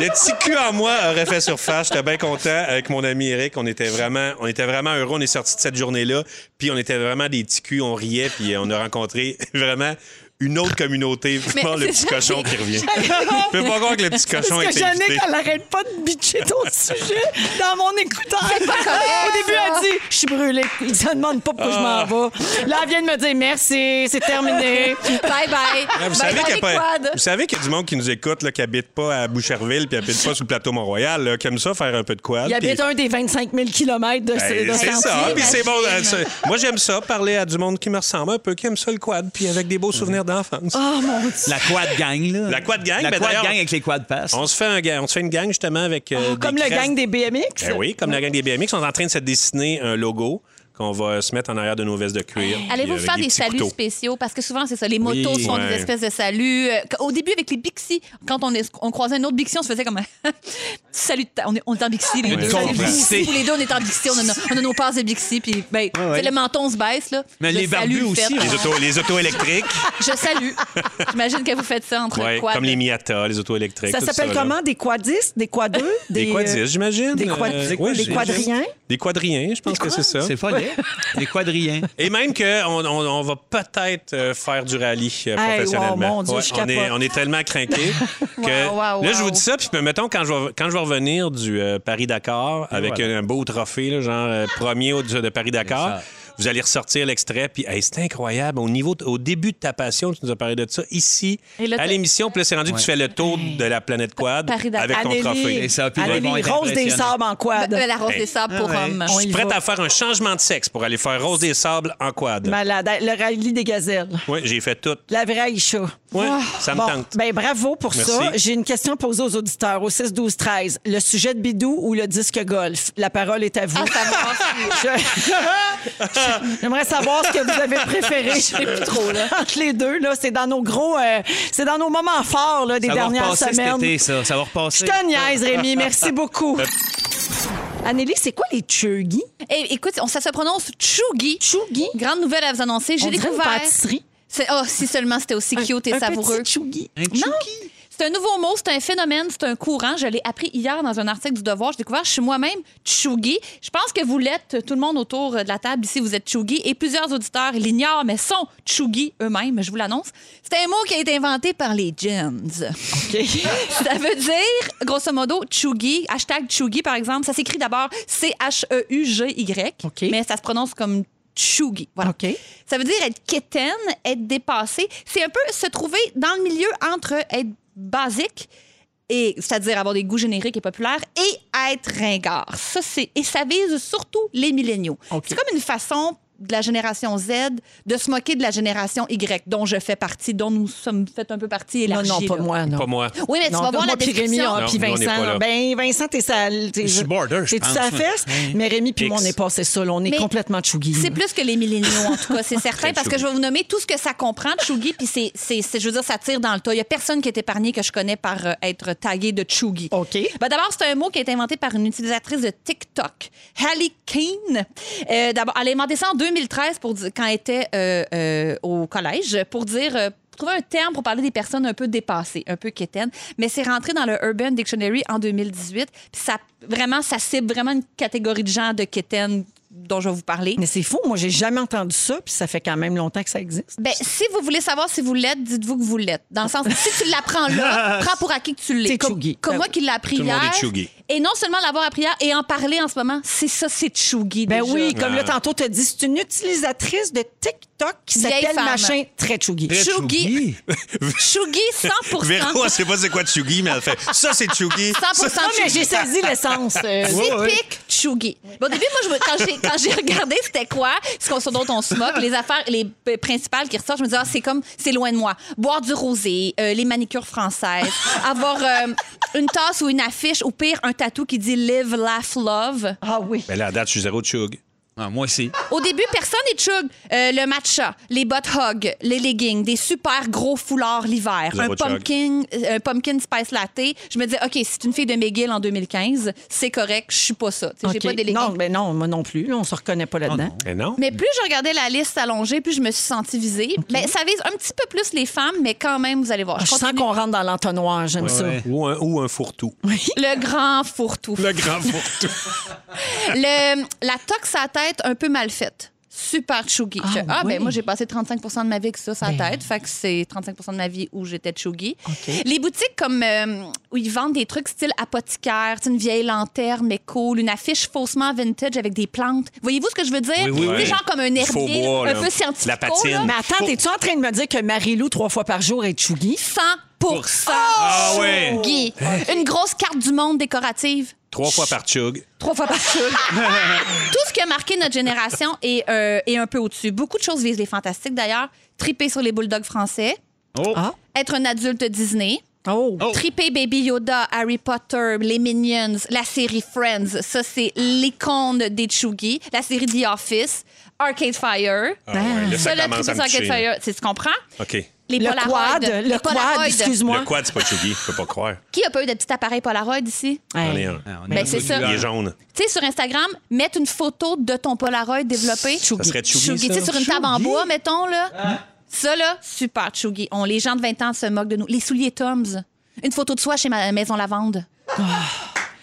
Le petit cul en moi aurait fait surface. J'étais bien content avec mon ami Eric. On était vraiment, on était vraiment heureux. On est sortis de cette journée-là. Puis on était vraiment des petits culs. On riait. Puis on a rencontré vraiment une autre communauté. Vraiment le c'est petit ça. cochon qui revient. Je peux pas croire que le petit cochon Parce est que Yannick, invité. elle arrête pas de bitcher ton sujet dans mon écouteur. Au début, elle dit Je suis brûlée. Il se demande pas pourquoi Ah. je m'en vais. Là, elle vient de me dire Merci, c'est terminé. Bye bye. Ah, Vous Bye savez, bye, qu'il y a pas- Ben, quad. vous savez qu'il y a du monde qui nous écoute, là, qui habite pas à Boucherville, puis habite pas sur le plateau Mont-Royal, là, qui aime ça faire un peu de quad. Il puis- habite un des 25 000 km de, ce- Ben, de c'est sentier. ça, puis c'est bon. imagine. euh, c'est- Moi, j'aime ça, parler à du monde qui me ressemble un peu, qui aime ça le quad, puis avec des beaux souvenirs d'enfance. Oh mon Dieu. La quad gang, là. La quad gang, La ben, quad d'ailleurs- gang avec les quad pass. On se fait un gang- on se fait une gang justement avec euh, des Ah, Comme le crèves- gang des BMX. Ben oui, comme la gang des BMX, on est en train de se dessiner un logo qu'on va se mettre en arrière de nos vestes de cuir. Allez-vous puis avec faire des, petits saluts couteaux. spéciaux? Parce que souvent, c'est ça. Les motos Oui, sont ouais. des espèces de saluts. Euh, Au début, avec les Bixi, quand on, est, on croisait un autre Bixi, on se faisait comme un salut. de ta- On est, on est en Bixi, les Une deux. complicité. Bixi, tous les deux, on est en Bixi. On a, nos- on a nos passes de Bixi. Puis, ben, tu sais, ouais. le menton se baisse. Là. Mais Le les salut barbus fait. aussi, Les autos, les autos électriques, Je salue. J'imagine que vous faites ça entre ouais, quad. comme les Miata, les autos électriques. Ça tout s'appelle là. comment Des quadistes Des euh, quadeux Des quadrilles, j'imagine. des quad- des oui, des j'ai- quadriens? Des quadriens, je pense que c'est ça. C'est folle. Les quadriens. Et même qu'on on, on va peut-être euh, faire du rallye euh, Hey, professionnellement. wow, mon Dieu, je on, est, capote. on est tellement craqués que. Wow, wow, Là, je vous wow. dis ça, puis mettons, quand je vais, quand je vais revenir du euh, Paris-Dakar avec voilà. un, beau trophée, là, genre euh, premier au- de Paris-Dakar. Exact. Vous allez ressortir l'extrait, puis hey, c'est incroyable. Au niveau, au début de ta passion, tu nous as parlé de ça ici, Et là, à t'as- l'émission. Puis là, c'est rendu que tu fais le tour de la planète quad Paris-Dakar. avec ton trophée. Et ça, puis les gens Annélie, vont être rose des impressionnés. sables en quad. Ben, La rose Hey. des sables pour Ah ouais. hommes. Je suis y prête va. à faire un changement de sexe pour aller faire Rose des Sables en quad. Malade. Le rallye des gazelles. Oui, j'ai fait tout. La vraie Isha. Ouais, ça me tente. Ben, bravo pour Merci. ça. J'ai une question à poser aux auditeurs au 6 12 13. Le sujet de bidou ou le disque golf La parole est à vous. Ah, ça me passe. Je- J'aimerais savoir ce que vous avez préféré. Je sais plus trop là. Entre les deux là, c'est dans nos gros euh, c'est dans nos moments forts là, des Ça va dernières repasser cet été, Euh, semaines. ça. Ça va Je repasser. te niaise, Rémi. Merci beaucoup. Anélie, c'est quoi les chuggy? Eh, écoute, on- ça se prononce Chougi. Chuggy? Grande nouvelle à vous annoncer. J'ai On dirait une découvert. pâtisserie. C'est- Oh, si seulement c'était aussi cute et Un savoureux. petit chuggy. Un chouki. C'est un nouveau mot, c'est un phénomène, c'est un courant. Je l'ai appris hier dans un article du Devoir. J'ai découvert, je suis moi-même chougi. Je pense que vous l'êtes, tout le monde autour de la table ici, vous êtes chougi. Et plusieurs auditeurs l'ignorent, mais sont chougi eux-mêmes, je vous l'annonce. C'est un mot qui a été inventé par les gens. Ça veut dire, grosso modo, Chugi, E hashtag Chugi, par exemple, ça s'écrit d'abord C-H-E-U-G-Y, OK. mais ça se prononce comme tchougi. Voilà. OK. Ça veut dire être quétaine, être dépassé. C'est un peu se trouver dans le milieu entre être basique, et c'est-à-dire avoir des goûts génériques et populaires, et être ringard. Ça, c'est, et ça vise surtout les milléniaux. OK. C'est comme une façon de la génération Z de se moquer de la génération Y, dont je fais partie, dont nous sommes fait un peu partie. Non, élargie, non, pas là. moi, non. Pas moi. Oui, mais tu Non, vas pas voir moi, la puis Rémi, description. ah, puis Non, nous, on est Vincent. pas là. Ben, Vincent, t'es sa... T'es, Je suis border, je T'es-tu pense, sa moi. fesse? Oui. Mais Rémi puis X. moi, on n'est pas, c'est ça. là, on est Mais complètement chougi. C'est plus que les milléniaux, en tout cas, c'est certain, parce que je vais vous nommer tout ce que ça comprend, Chugui, puis c'est, c'est, c'est- je veux dire, ça tire dans le tas. Il n'y a personne qui est épargné que je connais par euh, être tagué de Chugui. OK. Ben, d'abord, c'est un mot qui a été inventé par une utilisatrice de TikTok, Hallie Keane. Euh, d'abord, elle a inventé ça en 2013 pour dire- quand elle était euh, euh, au collège pour dire. euh, trouver un terme pour parler des personnes un peu dépassées, un peu quétaines, mais c'est rentré dans le Urban Dictionary en 2018. Puis ça, vraiment, ça cible vraiment une catégorie de gens de quétaines dont je vais vous parler. Mais c'est fou. Moi, j'ai jamais entendu ça, puis ça fait quand même longtemps que ça existe. Ben, si vous voulez savoir si vous l'êtes, dites-vous que vous l'êtes. Dans le sens, si tu l'apprends là, prends pour acquis que tu l'es. T'es Comme, chuggy. comme Ben moi oui. qui l'ai appris Tout le monde hier. est chuggy. Et non seulement l'avoir appris hier et en parler en ce moment, c'est ça, c'est chuggy. Ben déjà. oui, comme Ah. là, tantôt, t'as dit, c'est une utilisatrice de TikTok qui Vieille s'appelle femme. Machin Très Chougi. Très- Chugui. Chuggy 100 Véro, elle sait pas c'est quoi Chuggy, mais elle fait ça, c'est Chuggy. 100 Non, Ah, mais j'ai chuggy. saisi l'essence. euh, C'est pique chuggy. Bon, au début, moi, je me- quand j'ai- quand j'ai regardé c'était quoi, ce qu'on- ce dont on se moque, les affaires les p- principales qui ressortent, je me disais, ah, c'est comme, c'est loin de moi. Boire du rosé, euh, les manicures françaises, avoir euh, une tasse ou une affiche, ou pire, un tatou qui dit Live, Laugh, Love. Ah oui. Ben là, à date, je suis zéro chug. Ah, moi aussi. Au début, personne n'est chug. Euh, le matcha, les bot hog, les leggings, des super gros foulards l'hiver, Zéro un chug. pumpkin, euh, un pumpkin spice latte. Je me dis, OK, c'est une fille de McGill en 2015, c'est correct, je suis pas ça. Tu sais, J'ai OK. pas des leggings. non, ben non, moi non plus. Là, on se reconnaît pas là-dedans. Mais non. Mais plus je regardais la liste allongée, plus je me suis sentie visée. Ben, ça vise un petit peu plus les femmes, mais quand même, vous allez voir. Ah, je sens continue. qu'on rentre dans l'entonnoir, j'aime ça. Ouais. Ou un, ou un fourre-tout. Le grand fourre-tout. Le grand fourre-tout. Le- la tox à tête un peu mal faite. Super chuggy. Ah Je- Ah, oui. ben moi, j'ai passé 35 de ma vie avec ça, sa Ben. tête. Fait que c'est 35 de ma vie où j'étais chuggy. OK. Les boutiques comme euh, où ils vendent des trucs style apothicaire, tu sais, une vieille lanterne, mais cool, une affiche faussement vintage avec des plantes. Voyez-vous ce que je veux dire? Oui, oui, Tu sais, oui. genre comme un herbier, Faux bois, un là. peu scientifique. La patine. Mais attends, t'es-tu en train de me dire que Marie-Lou, trois fois par jour, est Chougi? 100 Ah ouais. Guy. Une grosse carte du monde décorative. Trois fois par chug. Trois fois par jour. Tout ce qui a marqué notre génération est, euh, est un peu au-dessus. Beaucoup de choses visent les fantastiques, d'ailleurs. Triper sur les bulldogs français, Oh. Ah. être un adulte Disney, Oh. Oh. triper Baby Yoda, Harry Potter, les Minions, la série Friends. Ça, c'est l'icône des Chuggy. La série The Office, Arcade Fire. Ah, ouais, là, ça là, commence à triper me sur toucher. Arcade là. Fire, c'est tu comprends? OK. Les Le Polaroids, quad, le les Polaroids. quad, excuse-moi. Le quad, c'est pas chuggy. Je peux pas croire. Qui a pas eu de petit appareil Polaroid ici? Hey. J'en ai un. Ah, on est Ben, un c'est peu ça. Il est bizarre. jaune. tu sais, sur Instagram, mettre une photo de ton Polaroid développé. Chougi. Ah. Ça serait Chougi, chuggy, tu ça? sais, sur une table en bois, mettons, là. Ça, là, super, Chougi. On, les gens de 20 ans se moquent de nous. Les souliers Tom's. Une photo de soi chez ma maison Lavande. Ah.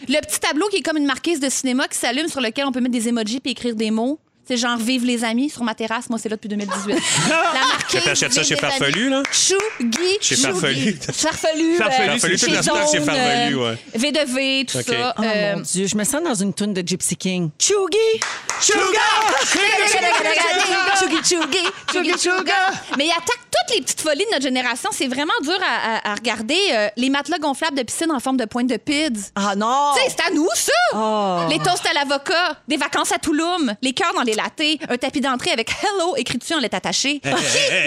Le petit tableau qui est comme une marquise de cinéma qui s'allume sur lequel on peut mettre des emojis puis écrire des mots. C'est genre Vive les amis sur ma terrasse. Moi, c'est là depuis 2018. La marquise. Mais t'achètes ça Vive chez les Farfelu, amis. là? Chougi. Chez Chougi. Farfelu. Farfelu. Farfelu, euh, Farfelu, chez toute la semaine chez Zone, Farfelu, euh, ouais. V2V, tout OK. ça. Oh euh, mon Dieu, je me sens dans une toune de Gypsy King. Chougi! Chuggy, chuggy, chuggy, chugga. Mais il attaque toutes les petites folies de notre génération. C'est vraiment dur à, à- à regarder. Euh, les matelas gonflables de piscine en forme de pointe de pids. Ah non! Tu sais, c'est à nous, ça! Oh. Les toasts à l'avocat, des vacances à Touloum, les cœurs dans les latés, un tapis d'entrée avec Hello écrit dessus en lettres attachées. Qui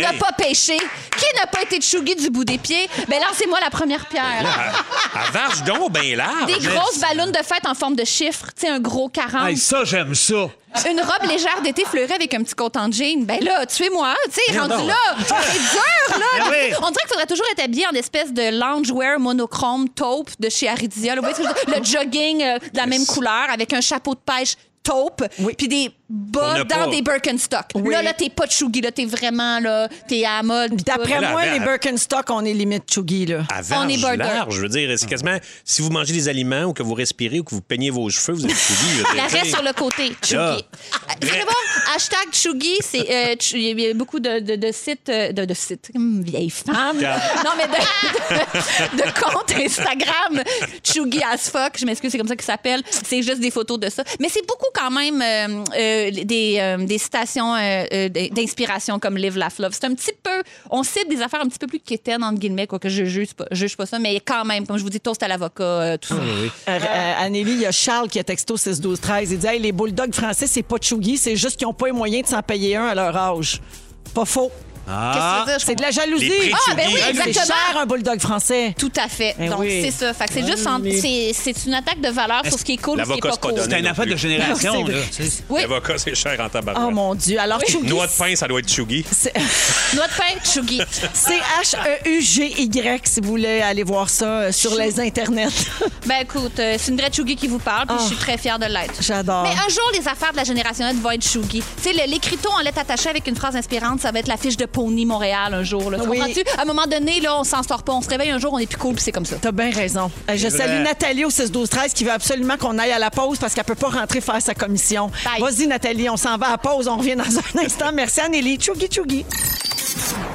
n'a pas pêché? Qui n'a pas été chuggy du bout des pieds? Ben, lancez-moi la première pierre. Ah, Elle varge donc bien large. Des grosses ballons de fête en forme de chiffres, tu sais, un gros 40. Hey, ça, j'aime ça. Une robe légère d'été fleurie avec un petit coton de jean. Ben là, tuez-moi, tu sais, rendu non. là. C'est dur, là. Ben oui. On dirait qu'il faudrait toujours être habillé en espèce de loungewear monochrome taupe de chez Aridia. là. Vous voyez ce que je veux dire? Le jogging euh, de la même couleur avec un chapeau de pêche taupe, puis des On bas n'a dans pas. des Birkenstock. Oui. Là, là, t'es pas de chougi, là, t'es vraiment, là, t'es à la mode. D'après Là, moi, ben, les Birkenstock, on est limite Chougi, là. Elle Ah, varge est border. large. Je veux dire, c'est quasiment... Si vous mangez des aliments ou que vous respirez ou que vous peignez vos cheveux, vous êtes chuggy. je veux dire, La tu sais. reste sur le côté, Chuggy. C'est bon, hashtag Chuggy, c'est, euh, Ch- il y a beaucoup de, de- de sites, euh, de, de sites, hum, vieille femme. Non, mais de, de, de comptes Instagram, Chuggy as fuck, je m'excuse, c'est comme ça qu'il s'appelle. C'est juste des photos de ça. Mais c'est beaucoup quand même euh, euh, euh, des, euh, des citations euh, euh, d'inspiration comme Live Laugh Love. C'est un petit peu. On cible des affaires un petit peu plus quétaines, entre guillemets, quoi, que je juge pas, je juge pas ça, mais quand même, comme je vous dis, toast à l'avocat, euh, tout ça. Euh, euh, Anneli, il y a Charles qui a texto 6 12 13 Il dit Hey, les bulldogs français, c'est pas de chougi, c'est juste qu'ils n'ont pas les moyens de s'en payer un à leur âge. Pas faux. Ah, Qu'est-ce que tu veux dire? Je C'est de la jalousie. Les prix de Ah, ben oui, Chugui. C'est exactement. cher un bulldog français. Tout à fait. Eh Donc, oui. c'est ça. Fait que c'est juste. en- c'est- C'est une attaque de valeur sur ce qui est cool ce qui est L'avocat, pas c'est pas cool. donné. c'est une non affaire plus. de génération. Non, c'est là, vrai. tu sais. Oui, L'avocat, c'est cher en tabac. Oh mon Dieu. Alors, chougi, Noix de pain, ça doit être chougi. c'est noix de pain, chugui. E C-H-E-U-G-Y, si vous voulez aller voir ça euh, sur les internets. Ben écoute, euh, c'est une vraie chugui qui vous parle, puis Ah. je suis très fière de l'être. J'adore. Mais euh, un jour, les affaires de la génération N vont être chugui. Tu sais, le- l'écriteau en lettres attachées avec une phrase inspirante, ça va être l'affiche de Pony Montréal un jour. Là. Tu Oui. comprends-tu? À un moment donné, là, on s'en sort pas. On se réveille un jour, on est plus cool, puis c'est comme ça. T'as bien raison. Euh, Je C'est salue vrai. Nathalie au 6-12-13 qui veut absolument qu'on aille à la pause parce qu'elle peut pas rentrer faire sa commission. Bye. Vas-y, Nathalie, on s'en va à la pause. On revient dans un instant. Merci, Anneli. Tchougui, tchougui.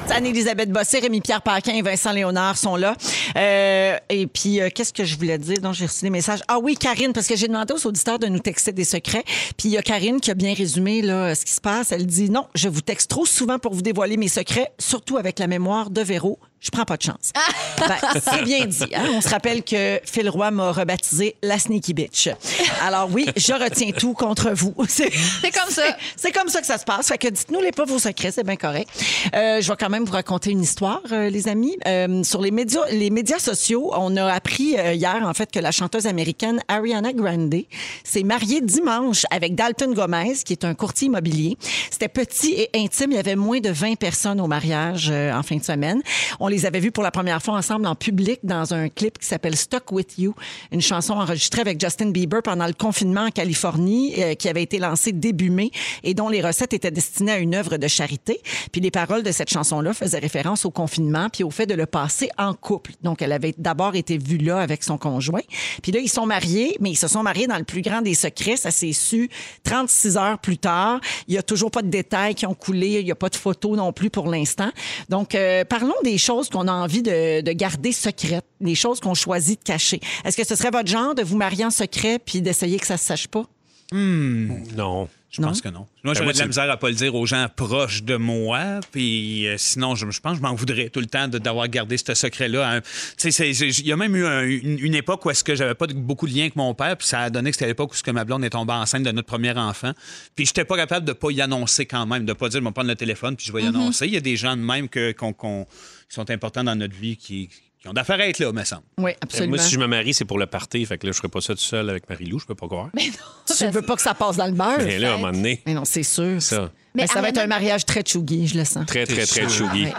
Anne-Élisabeth Bossé, Rémi-Pierre Paquin et Vincent Léonard sont là. Euh, et puis, euh, qu'est-ce que je voulais dire? Donc, j'ai reçu des messages. Ah oui, Karine, parce que j'ai demandé aux auditeurs de nous texter des secrets. Puis, il y a Karine qui a bien résumé là, euh, ce qui se passe. Elle dit Non, je vous texte trop souvent pour vous dévoiler mes secrets, surtout avec la mémoire de Véro. Je prends pas de chance. Ah! Ben, c'est bien dit. hein? On se rappelle que Phil Roy m'a rebaptisé la Sneaky Bitch. Alors oui, je retiens tout contre vous. C'est C'est comme ça. c'est comme ça que ça se passe. Fait que dites-nous les pas vos secrets, c'est bien correct. Euh, je vais quand même vous raconter une histoire, euh, les amis. Euh, sur les médias, les médias sociaux, on a appris euh, hier, en fait, que la chanteuse américaine Ariana Grande s'est mariée dimanche avec Dalton Gomez, qui est un courtier immobilier. C'était petit et intime. Il y avait moins de 20 personnes au mariage euh, en fin de semaine. On les avait vus pour la première fois ensemble en public dans un clip qui s'appelle Stuck With You, une chanson enregistrée avec Justin Bieber pendant le confinement en Californie, euh, qui avait été lancée début mai et dont les recettes étaient destinées à une œuvre de charité. Puis les paroles de cette chanson-là faisaient référence au confinement puis au fait de le passer en couple. Donc elle avait d'abord été vue là avec son conjoint. Puis là, ils sont mariés, mais ils se sont mariés dans le plus grand des secrets. Ça s'est su 36 heures plus tard. Il y a toujours pas de détails qui ont coulé. Il n'y a pas de photos non plus pour l'instant. Donc, euh, parlons des choses qu'on a envie de, de garder secrètes, des choses qu'on choisit de cacher. Est-ce que ce serait votre genre de vous marier en secret puis d'essayer que ça se sache pas? Non. Je pense que non. Ben, Moi, moi, j'aurais de c'est- la misère à pas le dire aux gens proches de moi. Puis euh, sinon, je, je pense que je m'en voudrais tout le temps de- d'avoir gardé ce secret-là. hein. Tu sais, c'est- c'est- il y a même eu un- une, une époque où est-ce que j'avais pas de- beaucoup de liens avec mon père. Puis ça a donné que c'était l'époque où ce que ma blonde est tombée enceinte de notre premier enfant. Puis j'étais pas capable de pas y annoncer quand même, de pas dire, je vais prendre le téléphone puis je vais y annoncer. Il y a des gens de même que- qu'on- qu'on- qui sont importants dans notre vie qui, qui ont d'affaires à être là, me semble. Oui, Euh, absolument. Moi, si je me marie, c'est pour le party. Fait que là, je ferai pas ça tout seul avec Marie-Lou, je peux pas croire. Mais, Tu ne veux pas que ça passe dans le beurre? Mais, là, à un moment donné, non, c'est sûr. Ça. Mais Mais ça va être Ariana- un mariage très chougi, je le sens. très, très, C'est très sûr. chougi. Ouais.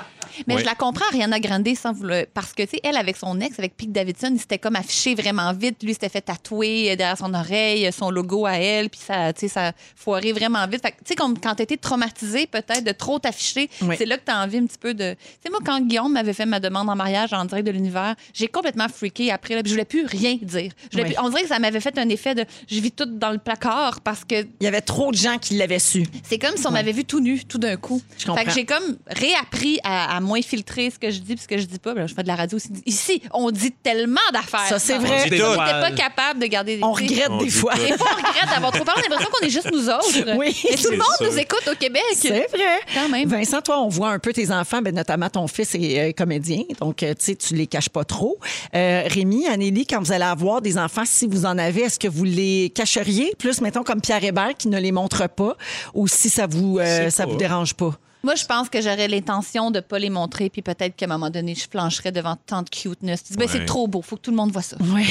Mais Ouais. je la comprends, Ariana Grande, sans vouloir- parce que, tu sais, elle, avec son ex, avec Pete Davidson, il s'était comme affiché vraiment vite. Lui, il s'était fait tatouer euh, derrière son oreille, son logo à elle, puis ça, tu sais, ça foirait vraiment vite. Fait que, tu sais, comme quand t'étais traumatisé, peut-être, de trop t'afficher, Oui. c'est là que t'as envie un petit peu de. Tu sais, moi, quand Guillaume m'avait fait ma demande en mariage en direct de l'univers, j'ai complètement freaké après, là, puis je voulais plus rien dire. Je voulais Oui. plus- On dirait que ça m'avait fait un effet de je vis tout dans le placard parce que Il y avait trop de gens qui l'avaient su. c'est comme si on m'avait vu tout nu, tout d'un coup. Je comprends. Fait que j'ai comme réappris à, à moins filtrer ce que je dis puis ce que je dis pas. Ben, je fais de la radio aussi. Ici, on dit tellement d'affaires. Ça, c'est On vrai. dit Des qu'on voiles. n'était pas capable de garder des On filles. regrette On des dit fois. tout. Des fois, on regrette d'avoir trop peur. On a l'impression qu'on est juste nous autres. Oui. Et tout C'est le monde sûr. nous écoute au Québec. C'est vrai. Quand même. Vincent, toi, on voit un peu tes enfants, ben, notamment ton fils est euh, comédien, donc euh, tu sais, tu les caches pas trop. Euh, Rémi, Anélie, quand vous allez avoir des enfants, si vous en avez, est-ce que vous les cacheriez? Plus, mettons, comme Pierre Hébert qui ne les montre pas, ou si ça vous, euh, C'est ça pas. vous dérange pas? Moi, je pense que j'aurais l'intention de pas les montrer, puis peut-être qu'à un moment donné, je plancherais devant tant de cuteness. Tu dis, ben, Ouais. c'est trop beau, faut que tout le monde voit ça. Oui.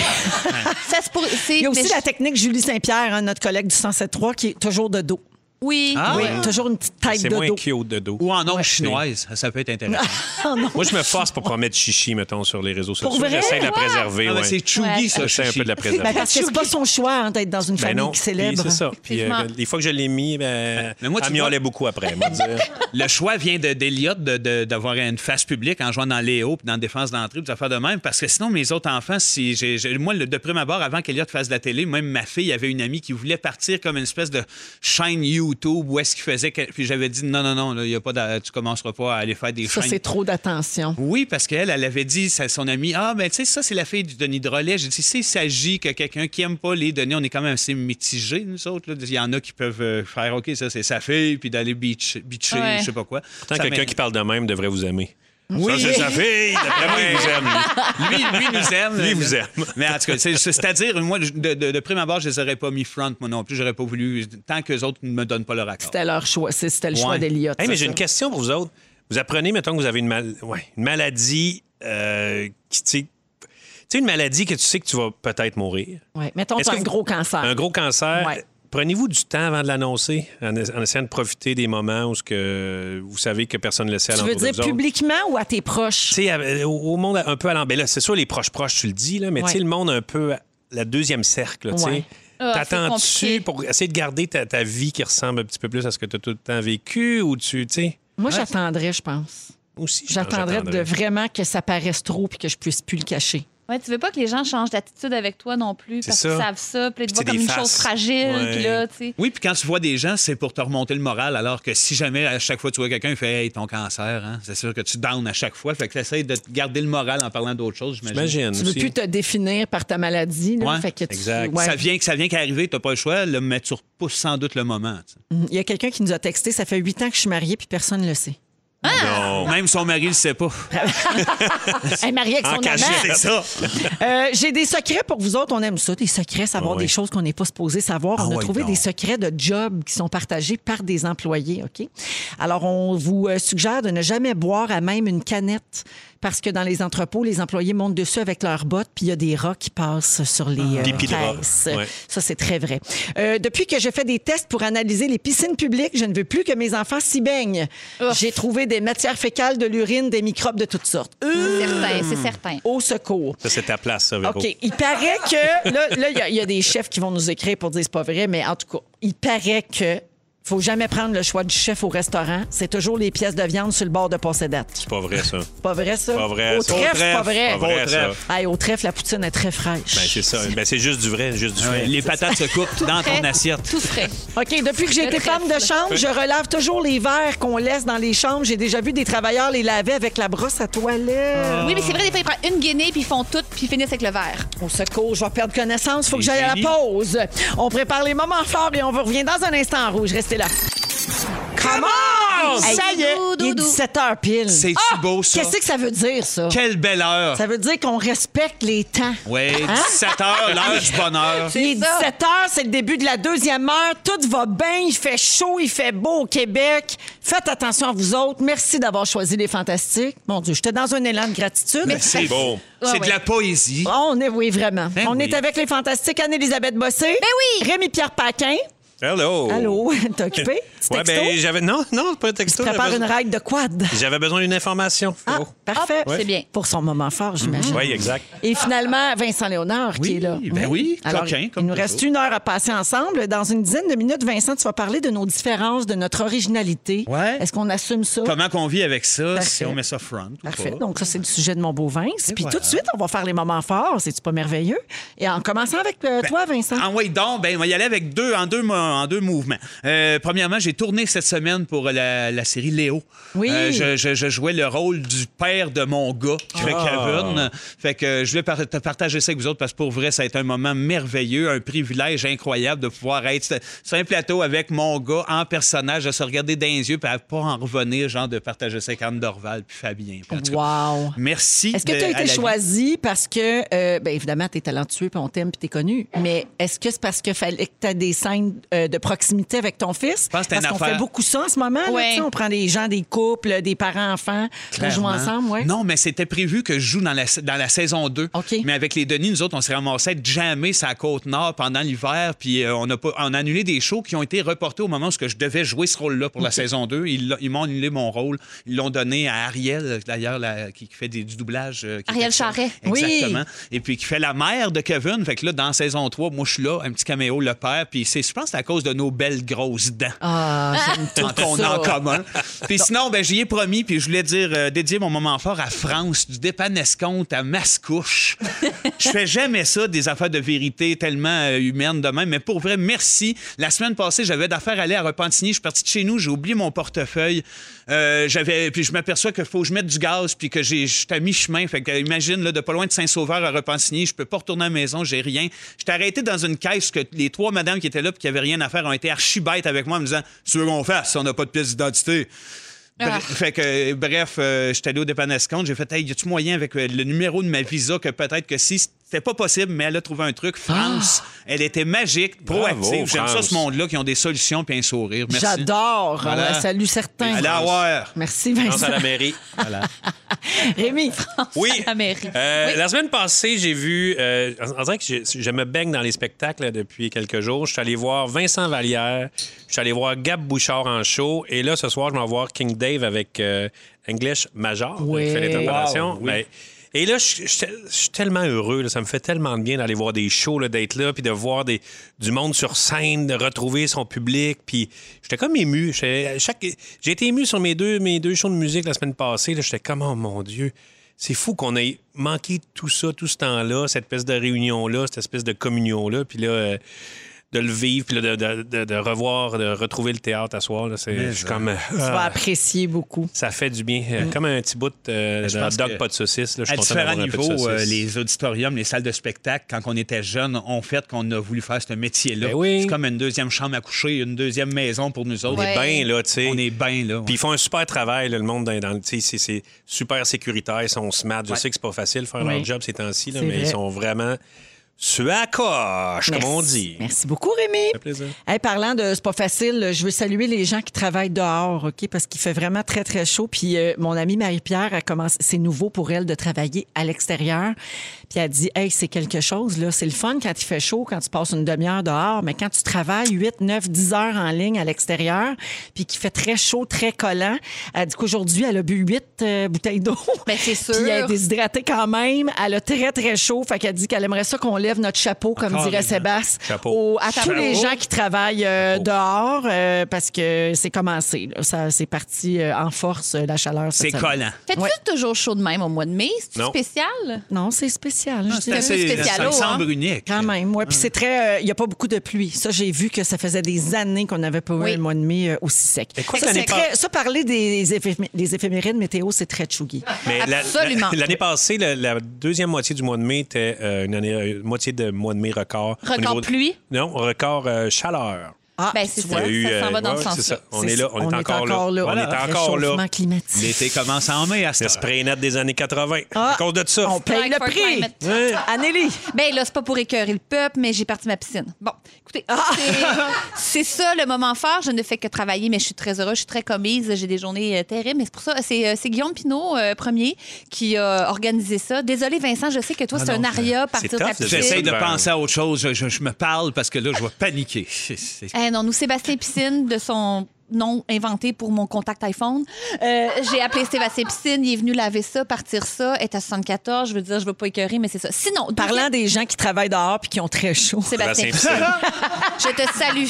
ça se pourrait- c'est- Il y a mais aussi je- la technique Julie Saint-Pierre, hein, notre collègue du 107.3, qui est toujours de dos. Oui. Ah oui, ouais. toujours une petite tête de C'est moins dos. cute de dos. Ou en ondes chinoises, ça peut être intéressant. Moi, je me force pour pas mettre chichi, mettons, sur les réseaux Pour sociaux. vrai? J'essaie de la Wow! préserver. Ah, mais ouais. c'est chougi, Ouais. ça. J'essaie un Chichi. peu de la préserver. Ben, parce que c'est pas son choix hein, d'être dans une Ben famille non, qui puis célèbre. c'est ça. Puis euh, Effectivement. les fois que je l'ai mis, ben, Mais moi, tu elle miaulait vois- beaucoup après. moi, dire. Le choix vient de- d'Eliott de- de- d'avoir une face publique en jouant dans Léo puis dans Défense d'entrée, puis des affaires de même, parce que sinon, mes autres enfants, si j'ai- j'ai- moi, le- de prime abord, avant qu'Eliott fasse de la télé, même ma fille avait une amie qui voulait partir comme une espèce de chaîne YouTube YouTube où est-ce qu'il faisait. que- Puis j'avais dit non, non, non, là, il y a pas d'a- tu commenceras pas à aller faire des Ça, chaînes c'est trop d'attention. oui, parce qu'elle, elle avait dit à son amie Ah, ben, tu sais, ça, c'est la fille du Denis Drolet. J'ai dit S'il s'agit que quelqu'un qui aime pas les Denis, on est quand même assez mitigés, nous autres. là. Il y en a qui peuvent euh, faire OK, ça, c'est sa fille, puis d'aller beach- bitcher, Ouais. je sais pas quoi. Tant Ça quelqu'un m'aide. qui parle de même devrait vous aimer. Oui. Ça, c'est sa fille. D'après moi, il vous aime. Ah, Lui, lui nous aime. Lui, Mais- vous aime. Mais en tout cas, c'est- c'est-à-dire, moi, de, de, de prime abord, je les aurais pas mis front, moi non plus. J'aurais pas voulu, tant que les autres ne me donnent pas leur accord. C'était leur choix. C'est- C'était le choix Ouais. d'Eliott. Hey, mais c'est j'ai ça. une question pour vous autres. Vous apprenez, mettons, que vous avez une, mal- ouais, une maladie euh, qui, tu sais- tu sais, une maladie que tu sais que tu vas peut-être mourir. Ouais. Mettons, Est-ce que t'as un vous- gros cancer. Un gros cancer. Ouais. Prenez-vous du temps avant de l'annoncer, en, es- en essayant de profiter des moments où ce que vous savez que personne ne le sait à Tu veux l'entour de dire vous autres. publiquement ou à tes proches? Tu sais, à- au- au monde un peu à l'embellé. C'est sûr, les proches proches, tu le dis, là, mais tu sais, Ouais. le monde un peu à la deuxième cercle, là, tu sais. Ouais. Ah, c'est compliqué. T'attends-tu pour essayer de garder ta, ta vie qui ressemble un petit peu plus à ce que tu as tout le temps vécu ou tu, tu sais, Moi, j'attendrais, je pense. aussi. je pense que J'attendrais de vraiment que ça paraisse trop puis que je puisse plus le cacher. Ouais, tu veux pas que les gens changent d'attitude avec toi non plus C'est parce qu'ils ça. savent ça, puis là, Puis ils te voient c'est comme des une chose faces. fragile, Ouais. puis là, tu sais. Oui, puis quand tu vois des gens, c'est pour te remonter le moral, alors que si jamais à chaque fois tu vois quelqu'un, il fait Hey, ton cancer, hein? c'est sûr que tu downs à chaque fois. Fait que t'essayes de te garder le moral en parlant d'autre chose, j'imagine. J'imagine. Tu veux aussi. plus te définir par ta maladie. Là, Ouais, fait que tu- exact. ouais. Ça vient que ça vient qu'à arriver, t'as pas le choix, là, mais tu repousses sans doute le moment. tu sais. Il y a quelqu'un qui nous a texté, ça fait huit ans que je suis mariée puis personne ne le sait. Non. Même son mari le sait pas. Elle est mariée avec son En amant. cachette. C'est ça. Euh, J'ai des secrets pour vous autres. On aime ça, des secrets, savoir Ah oui. des choses qu'on n'est pas supposé savoir. Ah on a oui, trouvé donc. des secrets de job qui sont partagés par des employés, OK? Alors, on vous euh, suggère de ne jamais boire à même une canette parce que dans les entrepôts, les employés montent dessus avec leurs bottes puis il y a des rats qui passent sur les euh, Ah. Des pis de rats. caisses. Ouais. Ça, c'est très vrai. Euh, depuis que je fais des tests pour analyser les piscines publiques, je ne veux plus que mes enfants s'y baignent. Ouf. J'ai trouvé des matières fécales, de l'urine, des microbes de toutes sortes. Euh, Certain, c'est certain. Au secours. Ça, c'est ta place, ça, Véro. OK. Il paraît que. Là, là, il y a- il y, a des chefs qui vont nous écrire pour dire c'est pas vrai, mais en tout cas, il paraît que. Faut jamais prendre le choix du chef au restaurant. C'est toujours les pièces de viande sur le bord de passer date. C'est pas vrai, ça. Pas vrai, ça? Pas vrai, Au ça. trèfle, c'est pas Pas vrai. vrai, ça. trèfle. Hey, au trèfle, la poutine est très fraîche. Ben, c'est ça. Ben, c'est juste du vrai, juste Ah du Ouais, vrai. les patates se coupent dans ton assiette. Tout frais. OK, depuis que j'ai Le été trèfle. femme de chambre, je relave toujours les verres qu'on laisse dans les chambres. J'ai déjà vu des travailleurs les laver avec la brosse à toilette. Oui, mais c'est vrai, des fois, ils prennent une guinée, puis ils font tout, puis ils finissent avec le verre. Au secours, je vais perdre connaissance. Faut que Les j'aille à la génies. pause. On prépare les moments forts et on vous revient dans un instant en rouge. Restez là. Come on! Ça y est, il est Doudou. 17h pile. C'est-tu beau, ça? Ah! Qu'est-ce que ça veut dire, ça? Quelle belle heure. Ça Hein? veut dire qu'on respecte les temps. Oui, 17 heures, Ah, l'heure du bonheur. Il est 17h, c'est le début de la deuxième heure. Tout va bien, il fait chaud, il fait beau au Québec. Faites attention à vous autres. Merci d'avoir choisi les fantastiques. Mon Dieu, j'étais dans un élan de gratitude. C'est bon. Ouais, C'est ouais. de la poésie. Oh, On est, oui, vraiment. Ben On oui. est avec les fantastiques Anne-Élisabeth Bossé. Ben oui. Rémi-Pierre Paquin. Oh. Hello. Allô, t'es occupé? Petit Ouais, texto? ben, j'avais. Non, non, pas un texto. Tu J'avais prépares une besoin- ride de quad. J'avais besoin d'une information. Ah, Oh. parfait. Hop, c'est bien. Pour son moment fort, j'imagine. Oui, exact. Et finalement, Vincent Léonard qui Oui, est là. ben oui, Alors, coquin, il comme nous reste toujours. une heure à passer ensemble. Dans une dizaine de minutes, Vincent, tu vas parler de nos différences, de notre originalité. Ouais. Est-ce qu'on assume ça? Comment qu'on vit avec ça, Parfait. si on met ça front ou Parfait. pas. Donc, ça, c'est le sujet de mon beau Vince. Puis voilà. tout de suite, on va faire les moments forts. C'est-tu pas merveilleux? Et en commençant avec euh, toi, Vincent. Ah oui, donc, ben, on va y aller avec deux, en deux, mo- en deux mouvements. Euh, premièrement, j'ai tourné cette semaine pour la, la série Léo. Oui. Euh, je, je- je jouais le rôle du père de mon gars, qui fait Ah. Kevin. Fait que euh, je voulais par- te partager ça avec vous autres parce que pour vrai, ça a été un moment merveilleux, un privilège incroyable de pouvoir être sur- sur un plateau avec mon gars en personnage, de se regarder dans les yeux puis à pas en revenir, genre de partager ça avec Anne Dorval puis Fabien. Puis en tout cas, Wow. Merci. Est-ce que de- tu as à la été vie. choisi parce que, euh, bien évidemment, tu es talentueux, puis on t'aime, puis tu es connu, mais est-ce que c'est parce que fallait que tu as des scènes euh, de proximité avec ton fils? pense que c'est parce une qu'on affaire- fait beaucoup ça en ce moment. là, Ouais. tu sais, on prend des gens, des couples, des parents-enfants, on joue Clairement. ensemble, ouais. Non, mais c'était prévu que je joue dans la, dans la saison 2. OK. Mais avec les Denis, nous autres, on s'est ramassés jamais sur la Côte-Nord pendant l'hiver. Puis euh, on, a pas, on a annulé des shows qui ont été reportés au moment où ce que je devais jouer ce rôle-là pour la saison 2. Ils, l'a- ils m'ont annulé mon rôle. Ils l'ont donné à Ariel, d'ailleurs, la- qui, qui fait des- du doublage. euh, qui est Ariel excellent. Charret. Oui. Exactement. Et puis qui fait la mère de Kevin. Fait que là, dans saison 3, moi, je suis là, un petit caméo, le père. Puis c'est- je pense que c'est à cause de nos belles grosses dents. Ah, j'aime tout Tant qu'on ça. a en commun. Puis sinon, ben, j'y ai promis, puis je voulais dire, euh, dédier mon moment fort à France, du dépanescompte à Mascouche. je fais jamais ça, des affaires de vérité tellement euh, humaines de même, mais pour vrai, merci. La semaine passée, j'avais d'affaires à aller à Repentigny. Je suis parti de chez nous, j'ai oublié mon portefeuille. Euh, j'avais, puis je m'aperçois qu'il faut que je mette du gaz, puis que j'ai, j'étais à mi-chemin. Fait que, euh, imagine, là, de pas loin de Saint-Sauveur à Repentigny, je peux pas retourner à la maison, j'ai rien. J'étais arrêté dans une caisse que les trois madames qui étaient là, puis qui avaient rien à faire, ont été archi bêtes avec moi en me disant, tu veux qu'on fasse, on n'a pas de pièce d'identité. Br- Ah. Fait que, euh, bref, euh, j'étais allé au dépannescompte. J'ai fait, hey, y a-tu moyen avec euh, le numéro de ma visa que peut-être que si c'était pas possible, mais elle a trouvé un truc. France, elle était magique, Bravo, proactive. J'aime ça France. ce monde-là qui ont des solutions puis un sourire. Merci. J'adore. Voilà. On la salue certains. Allez avoir. Merci, Pense Vincent. à la mairie. Rémi. Oui. à la mairie. Euh, Oui. La semaine passée, j'ai vu. euh, en en vrai, que je, je me baigne dans les spectacles là, depuis quelques jours. Je suis allé voir Vincent Vallière. Je suis allé voir Gab Bouchard en show. Et là, ce soir, je m'en vais voir King Dave avec euh, English Major. Oui. qui fait l'interprétation. Wow, oui. Ben, et là, je je- je suis tellement heureux. là. ça me fait tellement de bien d'aller voir des shows, là, d'être là, puis de voir des, du monde sur scène, de retrouver son public. Puis j'étais comme ému. J'étais- chaque- J'ai été ému sur mes deux, mes deux shows de musique la semaine passée. là. J'étais comme, oh mon Dieu, c'est fou qu'on ait manqué tout ça, tout ce temps-là, cette espèce de réunion-là, cette espèce de communion-là. Puis là, euh, de le vivre, puis là, de, de- de- de revoir, de retrouver le théâtre à soir. là, c'est- Je suis comme. Tu ah. vas apprécier beaucoup. Ça fait du bien. Euh, Comme un petit bout euh, Je de hot pense dog, que pas de saucisse. Là, je À suis content d'avoir différents un peu de niveaux, euh, saucisse. les auditoriums, les salles de spectacle, quand on était jeune, ont fait qu'on a voulu faire ce métier-là. Ben oui. C'est comme une deuxième chambre à coucher, une deuxième maison pour nous autres. On est Ouais. bien, Ben, là, tu sais. On est bien là. Puis ils font un super travail, là, le monde dans, dans le. tu sais, C'est c'est super sécuritaire, ils sont smart. Je sais que c'est pas facile de faire Oui. leur job ces temps-ci, là, C'est mais ils vrai. sont vraiment sur la coche, comme on Merci. dit. Merci beaucoup, Rémi. Ça fait plaisir. Hey, parlant de c'est pas facile, je veux saluer les gens qui travaillent dehors, OK? Parce qu'il fait vraiment très, très chaud. Puis euh, mon amie Marie-Pierre, a commencé, c'est nouveau pour elle de travailler à l'extérieur. Puis elle dit, hey, c'est quelque chose, là. C'est le fun quand il fait chaud, quand tu passes une demi-heure dehors, mais quand tu travailles 8, 9, 10 heures en ligne à l'extérieur, puis qu'il fait très chaud, très collant, elle dit qu'aujourd'hui, elle a bu 8 bouteilles d'eau. Ben, c'est sûr. Puis elle est déshydratée quand même. Elle a très, très chaud. Fait qu'elle dit qu'elle aimerait ça qu'on lève notre chapeau, comme Encore dirait une- Sébastien, Ah, Chapeau. au- à tous Chapeau. les gens qui travaillent euh, dehors euh, parce que c'est commencé. là. Ça, c'est parti euh, en force, euh, la chaleur. cette C'est semaine. collant. Faites-tu Ouais. toujours chaud de même au mois de mai? C'est Non. spécial? Non, c'est spécial. Ah, je dirais. assez- spécialo, ça me semble hein. unique. Quand même, ouais. Puis c'est très, euh, il n'y a pas beaucoup de pluie. Ça, j'ai vu que ça faisait des années qu'on n'avait pas Oui. eu un mois de mai euh, aussi sec. Et quoi ça, que c'est l'année très- ça, parler des, éphémé- des éphémérides météo, c'est très chougi. Mais la- la- Absolument. L'année passée, la, la deuxième moitié du mois de mai était euh, une année, euh, moitié de mois de mai record. au Record niveau de- pluie? Non, record euh, chaleur. Ah, Ben, c'est tu ça. Il y a eu, ça s'en euh, va dans ouais, ce c'est sens-là. ça. On est là, on, est, encore, là. On est encore Ah, Réchauffement là. climatique. L'été commence en mai à Le cette heure. spray net des années 80. Ah, à cause de ça. On paye Strike le for prix. climate. Ouais. Anélie. Ben là, c'est pas pour écœurer le peuple, mais j'ai parti ma piscine. Bon, écoutez, c'est- c'est ça le moment fort. Je ne fais que travailler, mais je suis très heureuse, je suis très commise, j'ai des journées euh, terribles. Mais c'est pour ça, c'est euh, c'est Guillaume Pinault, euh, premier, qui a organisé ça. Désolé, Vincent, je sais que toi, c'est un aria, partir de ta tough de- piscine. J'essaie de Ben- penser à autre chose. Je, je- je me parle parce que là, je vais paniquer. C'est- c'est- Eh non, nous, Sébastien Piscine, de son nom inventé pour mon contact iPhone. Euh, j'ai appelé Sébastien Piscine, il est venu laver ça, partir ça, est à 74, je veux dire, je veux pas écœurer, mais c'est ça. Sinon, Parlant des gens qui travaillent dehors puis qui ont très chaud. Ah, Sébastien Sébastien Piscine. Je te salue.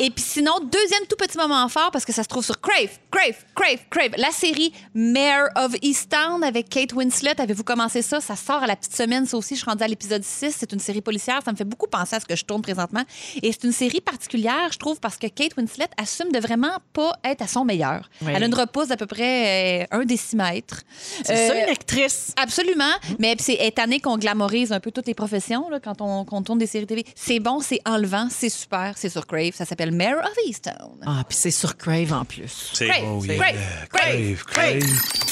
Et puis sinon, deuxième tout petit moment fort, parce que ça se trouve sur Crave, Crave, Crave, Crave, la série Mayor of Easttown avec Kate Winslet. Avez-vous commencé ça? Ça sort à la petite semaine, ça aussi. Je suis rendue à l'épisode 6. C'est une série policière. Ça me fait beaucoup penser à ce que je tourne présentement. Et c'est une série particulière, je trouve, parce que Kate Winslet assume de vraiment pas être à son meilleur. Oui. Elle a une repousse d'à peu près euh, un décimètre. C'est ça, Euh, une actrice. Absolument. Mais puis c'est étonné qu'on glamorise un peu toutes les professions là, quand on, qu'on tourne des séries TV. C'est bon, c'est enlevant, c'est super, c'est sur Crave. Ça s'appelle Mayor of Easttown. Ah, puis c'est sur Crave en plus. C'est- Oh, Crave, Crave, euh, Crave.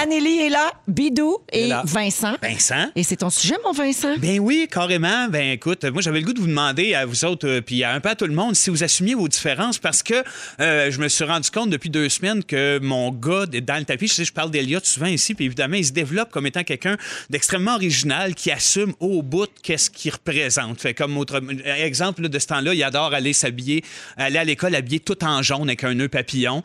Anélie est là, Bidou et là. Vincent. Vincent? Et c'est ton sujet, mon Vincent? Ben oui, carrément. Ben écoute, moi j'avais le goût de vous demander à vous autres, euh, puis à un peu à tout le monde, si vous assumiez vos différences, parce que euh, je me suis rendu compte depuis deux semaines que mon gars d- dans le tapis, je sais, je parle d'Eliott souvent ici, puis évidemment, il se développe comme étant quelqu'un d'extrêmement original qui assume au bout qu'est-ce qu'il représente. Fait comme autre euh, exemple là, de ce temps-là, il adore aller s'habiller, aller à l'école habillé tout en jaune avec un nœud papillon.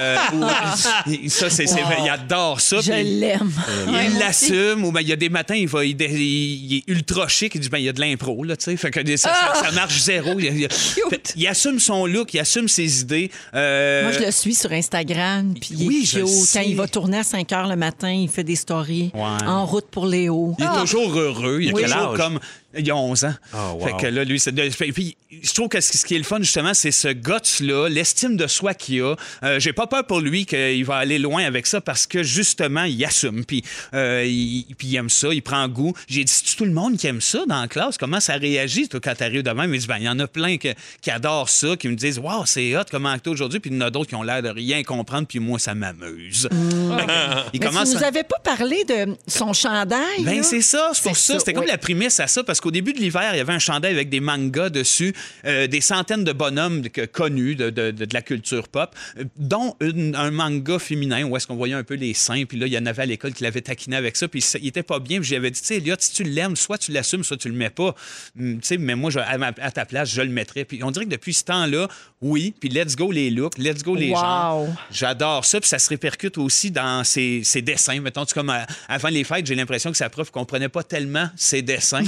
Euh, ou- ça, c'est, c'est vrai, il adore ça. ça. Je puis- euh, l'aime. Ouais, il moi l'assume, ou ben, il y a des matins, il, va, il, dé- il est ultra chic, il dit ben, il y a de l'impro, là, tu sais. Fait que des- ça, Ah! ça- ça marche zéro. Il, il- fait- il assume son look, il assume ses idées. Euh, Moi, je le suis sur Instagram. Puis il est oui, je cute. le sais. Quand il va tourner à 5 h le matin, il fait des stories Ouais. en route pour Léo. Il est toujours heureux. Il a Oui. Quel toujours âge? comme. Il a 11 ans. Ah, wow. Fait que là, lui, c'est. de- fait- Puis, je trouve que ce ce qui est le fun, justement, c'est ce guts-là, l'estime de soi qu'il a. Euh, J'ai pas peur pour lui qu'il va aller loin avec ça parce que, justement, il assume. Puis, euh, il, puis il aime ça, il prend goût. J'ai dit, c'est tout le monde qui aime ça dans la classe. Comment ça réagit, toi, quand t'arrives de même? Il dit, ben, il y en a plein que- qui adorent ça, qui me disent, waouh, c'est hot, comment acter aujourd'hui. Puis, il y en a d'autres qui ont l'air de rien comprendre. Puis, moi, ça m'amuse. Fait que, il Mm. Mais commence tu à- nous avais pas parlé de son chandail. ben, là. c'est ça, c'est pour ça. C'était comme oui. la prémisse à ça, parce qu'au début de l'hiver, il y avait un chandail avec des mangas dessus, euh, des centaines de bonhommes que- connus de, de- de- de la culture pop, euh, dont une- un manga féminin où est-ce qu'on voyait un peu les seins, puis là, il y en avait à l'école qui l'avait taquiné avec ça, puis ça- il était pas bien, puis j'avais dit, tu sais, Elliot, si tu l'aimes, soit tu l'assumes, soit tu le mets pas. Hum, Tu sais, mais moi, je- à, ma- à ta place, je le mettrais. Puis on dirait que depuis ce temps-là, oui, puis let's go les looks, let's go les Wow. genres. J'adore ça, puis ça se répercute aussi dans ses, ses dessins. Mettons, tu comme euh, avant les fêtes, j'ai l'impression que sa prof comprenait pas tellement ses dessins.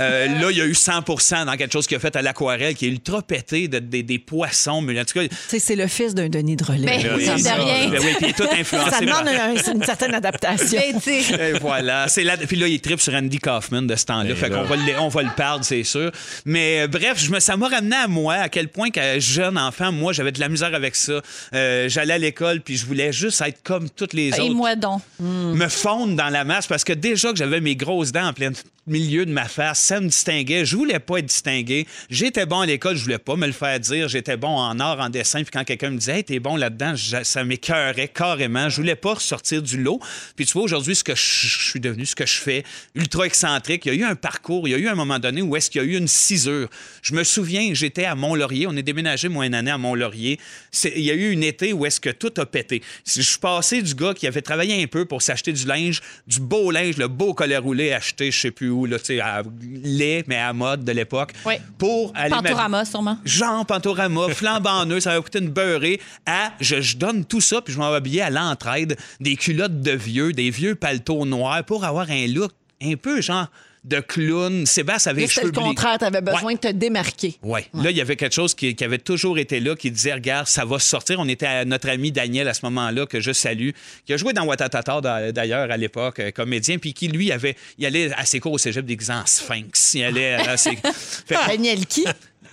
Euh, là, il y a eu 100 dans quelque chose qu'il a fait à l'aquarelle, qui est ultra pété, de- des, des poissons. Mais en tout cas, Tu sais, c'est le fils d'un Denis de relais. Ben, oui, ça c'est me dit ça, rien. ben oui, puis il est tout influencé. Ça par- demande un- une certaine adaptation. Ben, tu sais, Et voilà. C'est là, puis là, il tripe sur Andy Kaufman de ce temps-là. Ben Fait là. qu'on va le, on va le perdre, c'est sûr. Mais euh, bref, je me, ça m'a ramené à moi, à quel point, qu'à jeune enfant, moi, j'avais de la misère avec ça. Euh, J'allais à l'école, puis je voulais juste être comme toutes les Et autres. moi donc. Me fondre dans la masse, parce que déjà que j'avais mes grosses dents en plein milieu de ma face, ça me distinguait. Je voulais pas être distingué. J'étais bon à l'école, je voulais pas me le faire dire. J'étais bon en art, en dessin. Puis quand quelqu'un me disait, hey, t'es bon là-dedans, je- ça m'écœurait carrément. Je voulais pas ressortir du lot. Puis tu vois, aujourd'hui, ce que je je suis devenu, ce que je fais, ultra excentrique, il y a eu un parcours, il y a eu un moment donné où est-ce qu'il y a eu une cisure. Je me souviens, j'étais à Mont-Laurier. On est déménagé, moi, une année à Mont-Laurier. C'est- Il y a eu une été où est-ce que tout a pété. Je suis passé du gars qui avait travaillé un peu pour s'acheter du linge, du beau linge, le beau collet roulé acheté, je sais plus où, là, tu sais, à lait, mais à mode de l'époque, Oui. pour aller... m'habiller- Pantorama, sûrement. Jean Pantorama, flambant neuf, ça va coûter une beurrée. À, je, je donne tout ça, puis je m'en vais habiller à l'entraide, des culottes de vieux, des vieux paletots noirs pour avoir un look un peu genre de clown. Sébastien avait Mais les C'était cheveux le contraire, tu avais besoin Ouais. de te démarquer. Ouais. Là, il y avait quelque chose qui, qui avait toujours été là, qui disait, regarde, ça va sortir. On était à notre ami Daniel à ce moment-là, que je salue, qui a joué dans Watatata d'a- d'ailleurs à l'époque, euh, comédien, puis qui, lui, avait, il allait à ses cours au cégep déguisé en sphinx. Il allait à ses... Fait que- Daniel qui?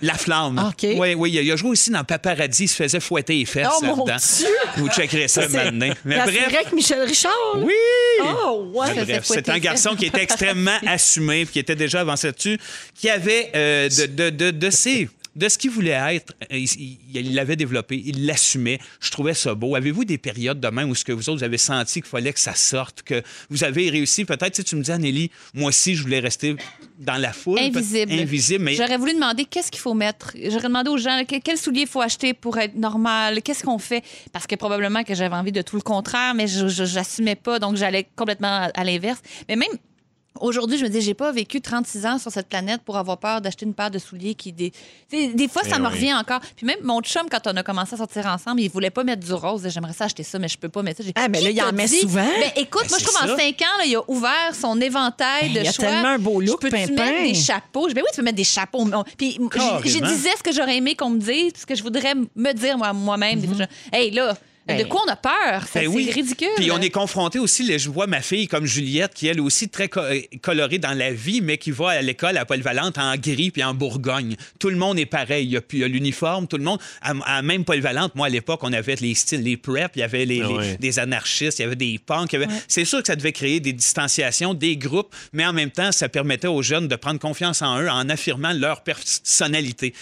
la flamme. OK. Oui, oui, il a- il a joué aussi dans Paparazzi, il se faisait fouetter les fesses Oh, mon là-dedans. Dieu! Vous checkerez ça C'est maintenant. Mais la bref, avec Michel Richard? oui! Oh, ouais. Mais Ça bref, fait fouetter c'est un les garçon fesses. qui était extrêmement assumé, puis qui était déjà avancé là-dessus, qui avait euh, de, de, de, de ses- de ce qu'il voulait être, euh, il- il il l'avait développé, il l'assumait. Je trouvais ça beau. Avez-vous des périodes de même où ce que vous autres vous avez senti qu'il fallait que ça sorte, que vous avez réussi? Peut-être, si tu me dis, Anneli, moi aussi, je voulais rester dans la foule. peut- Invisible. Invisible, mais J'aurais voulu demander qu'est-ce qu'il faut mettre. J'aurais demandé aux gens là, que- quel soulier il faut acheter pour être normal, qu'est-ce qu'on fait. Parce que probablement que j'avais envie de tout le contraire, mais je je- j'assumais pas, donc j'allais complètement à, à l'inverse. Mais même aujourd'hui, je me dis, j'ai pas vécu 36 ans sur cette planète pour avoir peur d'acheter une paire de souliers qui. Des, Tu sais, des fois, ça Eh Mais me oui. revient encore. Puis même mon chum, quand on a commencé à sortir ensemble, il voulait pas mettre du rose. J'aimerais ça acheter ça, mais je peux pas mettre ça. J'ai- Ah, mais là, Qui il en t'a met dit? souvent. Ben, écoute, Ben, moi, je c'est trouve ça. en 5 ans, là, il a ouvert son éventail Ben, de il y a choix. tellement un beau look, Je peux-tu Pimpin. mettre des chapeaux. Je- Ben oui, tu peux mettre des chapeaux. On- Puis m- j'ai- j'ai Carrément. disais ce que j'aurais aimé qu'on me dise, ce que je voudrais m- me dire moi- moi-même. Des Mhm. fois, je- Hey, là, de Ben. quoi on a peur? Ça, Ben C'est oui. ridicule. Puis on est confronté aussi, là, je vois ma fille comme Juliette, qui elle aussi très co- euh, colorée dans la vie, mais qui va à l'école à Polyvalente en gris puis en Bourgogne. Tout le monde est pareil. Il y a, puis il y a l'uniforme, tout le monde. À, à même Polyvalente, moi à l'époque, on avait les styles, les prep, il y avait les, Ah les- ouais. des anarchistes, il y avait des punks. il y avait- C'est sûr que ça devait créer des distanciations, des groupes, mais en même temps, ça permettait aux jeunes de prendre confiance en eux en affirmant leur personnalité.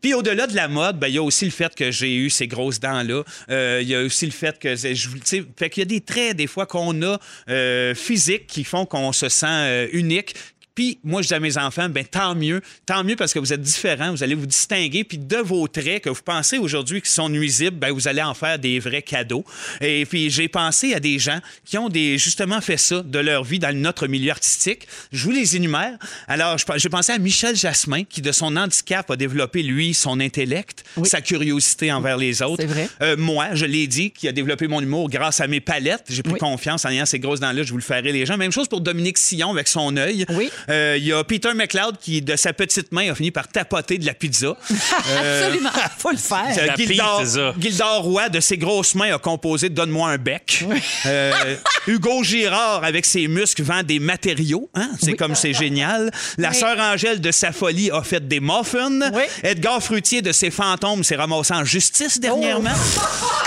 Puis au-delà de la mode, ben, il y a aussi le fait que j'ai eu ces grosses dents-là. Euh, Il y a aussi le fait que c'est- je vous- tu sais, fait qu'il y a des traits des fois qu'on a euh, physiques qui font qu'on se sent euh, unique Puis moi, je dis à mes enfants, ben tant mieux, tant mieux parce que vous êtes différents, vous allez vous distinguer. Puis de vos traits que vous pensez aujourd'hui qui sont nuisibles, ben vous allez en faire des vrais cadeaux. Et puis j'ai pensé à des gens qui ont des, justement fait ça de leur vie dans notre milieu artistique. Je vous les énumère. Alors, je- j'ai pensé à Michel Jasmin, qui de son handicap a développé, lui, son intellect, sa curiosité envers les autres. C'est vrai. Euh, moi, je l'ai dit, qui a développé mon humour grâce à mes palettes. J'ai pris Oui. confiance en ayant ces grosses dents-là, je vous le ferai les gens. Même chose pour Dominique Sillon avec son œil. Oui. Euh, Il y a Peter McLeod qui, de sa petite main, a fini par tapoter de la pizza. Absolument. Faut le faire. Euh, La Gildor, pizza. Gildor Roy, de ses grosses mains, a composé Donne-moi un bec. Euh, Hugo Girard, avec ses muscles, vend des matériaux. hein? C'est comme c'est génial. La sœur Angèle, de sa folie, a fait des muffins. Oui. Edgar Fruitier, de ses fantômes, s'est ramassé en justice dernièrement.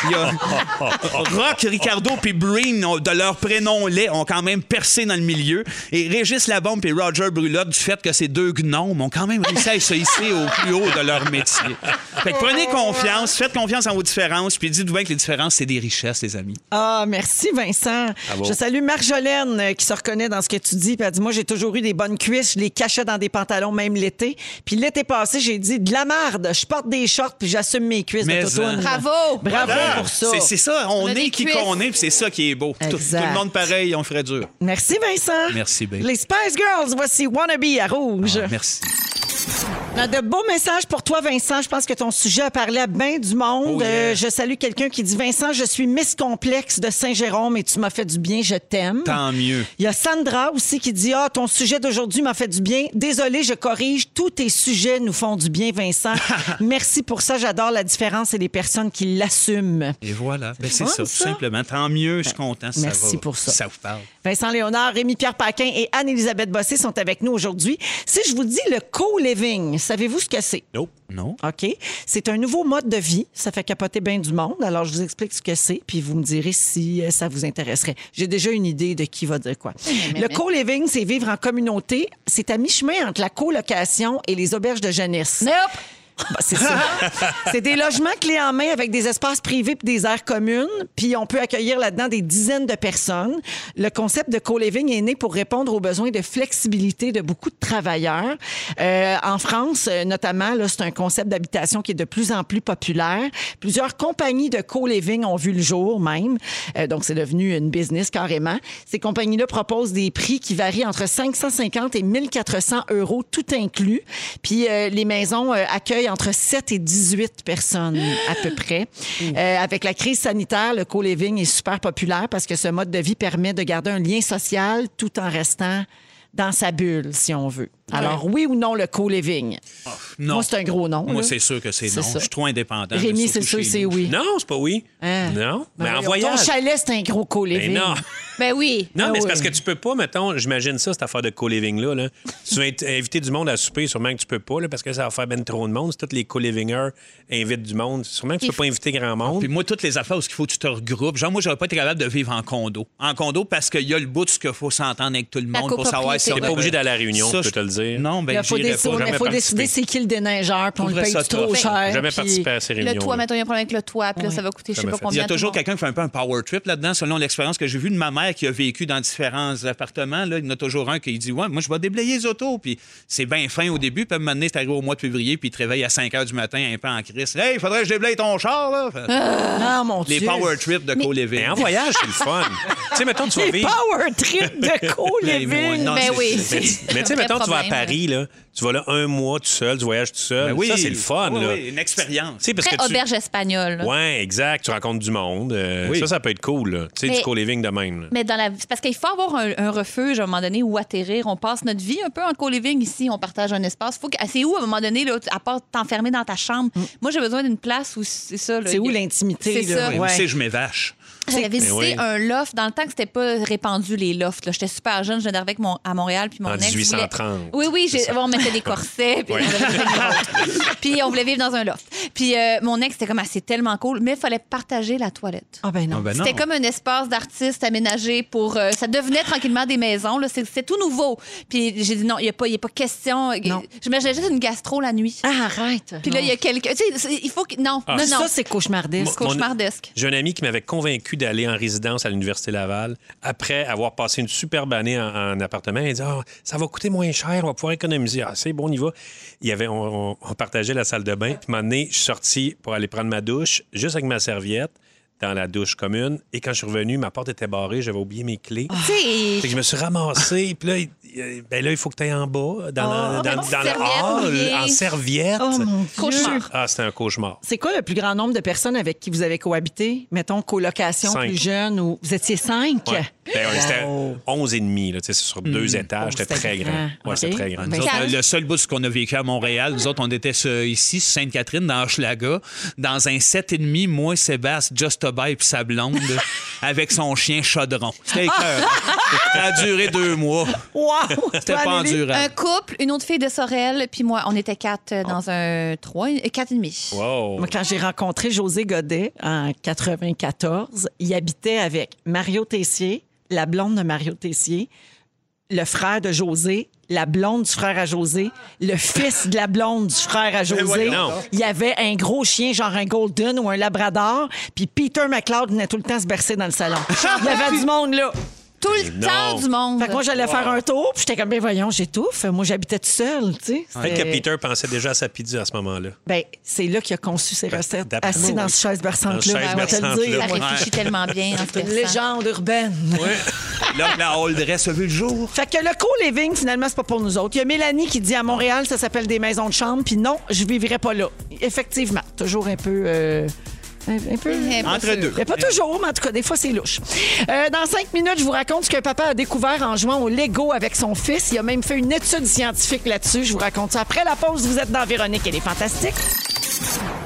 Il y a Rock, Ricardo puis Breen, ont- de leur prénom lait, ont quand même percé dans le milieu. Et Régis Labombe et Roger Brulotte, du fait que ces deux gnomes ont quand même réussi à se hisser au plus haut de leur métier. Fait que prenez confiance, faites confiance en vos différences, puis dites-vous bien que les différences, c'est des richesses, les amis. Ah, merci Vincent. Je salue Marjolaine euh, qui se reconnaît dans ce que tu dis. Puis elle dit Moi, j'ai toujours eu des bonnes cuisses. Je les cachais dans des pantalons, même l'été. Puis l'été passé, j'ai dit De la marde. Je porte des shorts, puis j'assume mes cuisses Mais, de toutoune. hein. Bravo. Ben, Bravo Ah, pour ça. C'est, c'est ça, On on a des est qui cuisses. qu'on est, puis c'est ça qui est beau. Tout, tout Exact. le monde pareil, on ferait dur. Merci Vincent. Merci, babe. Les Spice Girls, voici Wannabe à rouge. Ah, merci. On a de beaux messages pour toi, Vincent. Je pense que ton sujet a parlé à bien du monde. Oh, yeah. Euh, je salue quelqu'un qui dit Vincent, je suis Miss Complexe de Saint-Jérôme et tu m'as fait du bien, je t'aime. Tant mieux. Il y a Sandra aussi qui dit Ah, ton sujet d'aujourd'hui m'a fait du bien. Désolée, je corrige. Tous tes sujets nous font du bien, Vincent. Merci pour ça. J'adore la différence et les personnes qui l'assument. Et voilà. Ben, c'est fun, ça, tout ça. simplement. Tant mieux, je suis content. ça merci va. pour ça. Ça vous parle. Vincent Léonard, Rémi-Pierre Paquin et Anne-Élisabeth Bossé sont avec nous aujourd'hui. Si je vous dis le co-living, savez-vous ce que c'est? Nope. Non. OK. C'est un nouveau mode de vie. Ça fait capoter bien du monde. Alors, je vous explique ce que c'est, puis vous me direz si euh, ça vous intéresserait. J'ai déjà une idée de qui va dire quoi. Le co-living, c'est vivre en communauté. C'est à mi-chemin entre la colocation et les auberges de jeunesse. Nope. Bah, c'est ça. c'est des logements clés en main avec des espaces privés puis des aires communes. Puis on peut accueillir là-dedans des dizaines de personnes. Le concept de co-living est né pour répondre aux besoins de flexibilité de beaucoup de travailleurs. Euh, en France, euh, notamment, là, c'est un concept d'habitation qui est de plus en plus populaire. Plusieurs compagnies de co-living ont vu le jour même. Euh, donc, c'est devenu une business carrément. Ces compagnies-là proposent des prix qui varient entre 550 et 1400 euros, tout inclus. Puis euh, les maisons euh, accueillent entre 7 et 18 personnes à peu près. Euh, avec la crise sanitaire, le co-living est super populaire parce que ce mode de vie permet de garder un lien social tout en restant dans sa bulle, si on veut. Alors, oui ou non, le co-living? Non. Moi, c'est un gros non. Moi, là. c'est sûr que c'est C'est non. ça. Je suis trop indépendant. Rémi, c'est surtout sûr, chez c'est nous. oui. Non, c'est pas oui. Hein? Non. Ben Mais en voyons, Ton voyage. chalet, c'est un gros Mais co-living. non. Ben oui. Non, Ah mais c'est oui. parce que tu peux pas, mettons, j'imagine ça, cette affaire de co-living-là. Là. tu vas être- inviter du monde à souper, sûrement que tu peux pas, là, parce que ça va faire ben trop de monde. Si tous les co-livingers invitent du monde, sûrement que tu peux pas inviter grand monde. Puis moi, toutes les affaires où il faut que tu te regroupes, genre, moi, j'aurais pas été capable de vivre en condo. En condo, parce qu'il y a le bout de ce qu'il faut s'entendre avec tout le La monde pour savoir si on copropriété. T'es pas peut- obligé d'aller à la réunion, Ça, je peux te le dire. Non, ben, Il faut, j'irais décider, pas. mais jamais faut participer. décider c'est qui le déneigeur, puis on le Trouverais paye ça trop top. cher. Jamais Ah, puis- participer à ces Le réunions. toit, mettons, il y a un problème avec le toit, puis là, ça va coûter je sais Ça pas m'a fait- combien. Il y a à tout le toujours monde. quelqu'un qui fait un peu un power trip là-dedans, selon l'expérience que j'ai vue de ma mère qui a vécu dans différents appartements. Là, il y en a toujours un qui dit Ouais, moi, je vais déblayer les autos. Puis c'est bien fin au début. Puis à un moment donné, c'est arrivé au mois de février, puis il te réveille à 5 h du matin, un peu en crise. Hey, il faudrait que je déblaye ton char, là. Fait- Non, mon les Ah, Dieu. power trips de co-living. Mais en voyage, c'est le fun. tu sais, mettons, tu vas Les vivre. power trip de Ben, co-living. moi, non, Ben c'est- oui. Mais tu mais tu sais, Un vrai mettons, tu vas à problème, Paris, là, tu vas là un mois tout seul, tu voyages tout seul. Ben oui. Ça, c'est le fun. Oui, là. oui, une expérience. Tu sais, parce Très que tu... auberge espagnole. là. Ouais, exact. Tu rencontres du monde. euh, Oui. Ça, ça peut être cool. là. Tu sais, Mais- du co-living de même. là. Mais dans la c'est parce qu'il faut avoir un, un refuge à un moment donné où atterrir. On passe notre vie un peu en co-living ici. On partage un espace. Faut que... C'est où à un moment donné, là, à part t'enfermer dans ta chambre? Moi, j'ai besoin d'une place où c'est ça. là. Mm. C'est où Il y a- l'intimité? C'est là? ça. Ouais, Ouais. Tu sais, je m'évache. J'avais visité oui. un loft dans le temps que c'était pas répandu les lofts. là. J'étais super jeune, je venais d'arriver avec mon- à Montréal puis mon En ex voulait- 1830. Oui oui, j'ai- C'est ça. on mettait des corsets puis, Ouais. on avait fait des lofts. Puis on voulait vivre dans un loft. Puis euh, mon ex était comme, ah, c'est tellement cool, mais il fallait partager la toilette. Ah ben non. Ah, ben non. C'était comme un espace d'artistes aménagé pour. euh, ça devenait tranquillement des maisons. là. C'est- C'était tout nouveau. Puis j'ai dit non, il n'y a, pas- il y a pas question. Non. J'imaginais juste une gastro la nuit. Ah, arrête. Puis là, il y a quelqu'un. Tu sais, c'est- il faut que. Ah. Non, non, non. Ça, c'est cauchemardesque. C'est cauchemardesque. J'ai un ami qui m'avait convaincu d'aller en résidence à l'Université Laval après avoir passé une superbe année en, en appartement. Il dit Ah, Ça va coûter moins cher, on va pouvoir économiser. Ah, c'est bon, on y va. Il y avait, on, on- on partageait la salle de bain. Puis, un moment donné, je suis sorti pour aller prendre ma douche, juste avec ma serviette, dans la douche commune. Et quand je suis revenu, ma porte était barrée, j'avais oublié mes clés. Tu sais, Fait que je me suis ramassé, puis là, il- il, ben là, il faut que tu ailles en bas, dans, la- dans, petite dans le serviette hall, mouillée. en serviette. Oh mon Dieu. Cauchemar. Ah, c'était un cauchemar. C'est quoi le plus grand nombre de personnes avec qui vous avez cohabité? Mettons, colocation Cinq. plus jeune ou vous étiez cinq? Ouais. Ben, on était Wow. 11 et demi, là, tu sais, c'est sur deux étages, Oh, c'était très c'était grand. grand. Ouais, c'était OK. très grand. Nous Ben, autres, ça- euh, le seul bout de ce qu'on a vécu à Montréal, nous autres, on était sur- ici, sur Sainte-Catherine, dans Hochelaga, dans un 7,5, moi, Sébastien, Just a Bye puis sa blonde, avec son chien Chaudron. C'était écœurant. Ça a duré deux mois. Wow! C'était Toi, pas Anneli? endurant. un couple, une autre fille de Sorel, puis moi, on était quatre euh, dans un trois, euh, quatre et demi. Wow. Moi, quand j'ai rencontré José Godet en 94, il habitait avec Mario Tessier, la blonde de Mario Tessier, le frère de José, la blonde du frère à José, le fils de la blonde du frère à José. voyons donc. Il y avait un gros chien, genre un Golden ou un Labrador, puis Peter McLeod venait tout le temps se bercer dans le salon. Il y avait du monde là. Tout le Non. temps du monde. Fait que moi, j'allais faire un tour, puis j'étais comme, ben voyons, j'étouffe. Moi, j'habitais tout seul, tu sais. Peut-être que C'était- Peter pensait déjà à sa pizza à ce moment-là. Ben, c'est là qu'il a conçu ses recettes, Ben, d'après assis moi, dans oui. ce chaise berçante-là. Dans ce chaise on va te le berçante-là. dire. ça réfléchit tellement bien. en C'est une personne. légende urbaine. Là, la Hall reste vu le jour. Fait que le co-living, finalement, c'est pas pour nous autres. Il y a Mélanie qui dit à Montréal, ça s'appelle des maisons de chambre, puis non, je vivrai pas là. Effectivement, toujours un peu. euh, un, un peu. Eh, bien Entre sûr. deux. Mais pas toujours, mais en tout cas, des fois, c'est louche. Euh, dans cinq minutes, je vous raconte ce que papa a découvert en jouant au Lego avec son fils. Il a même fait une étude scientifique là-dessus. Je vous raconte ça après la pause. Vous êtes dans Véronique, elle est fantastique.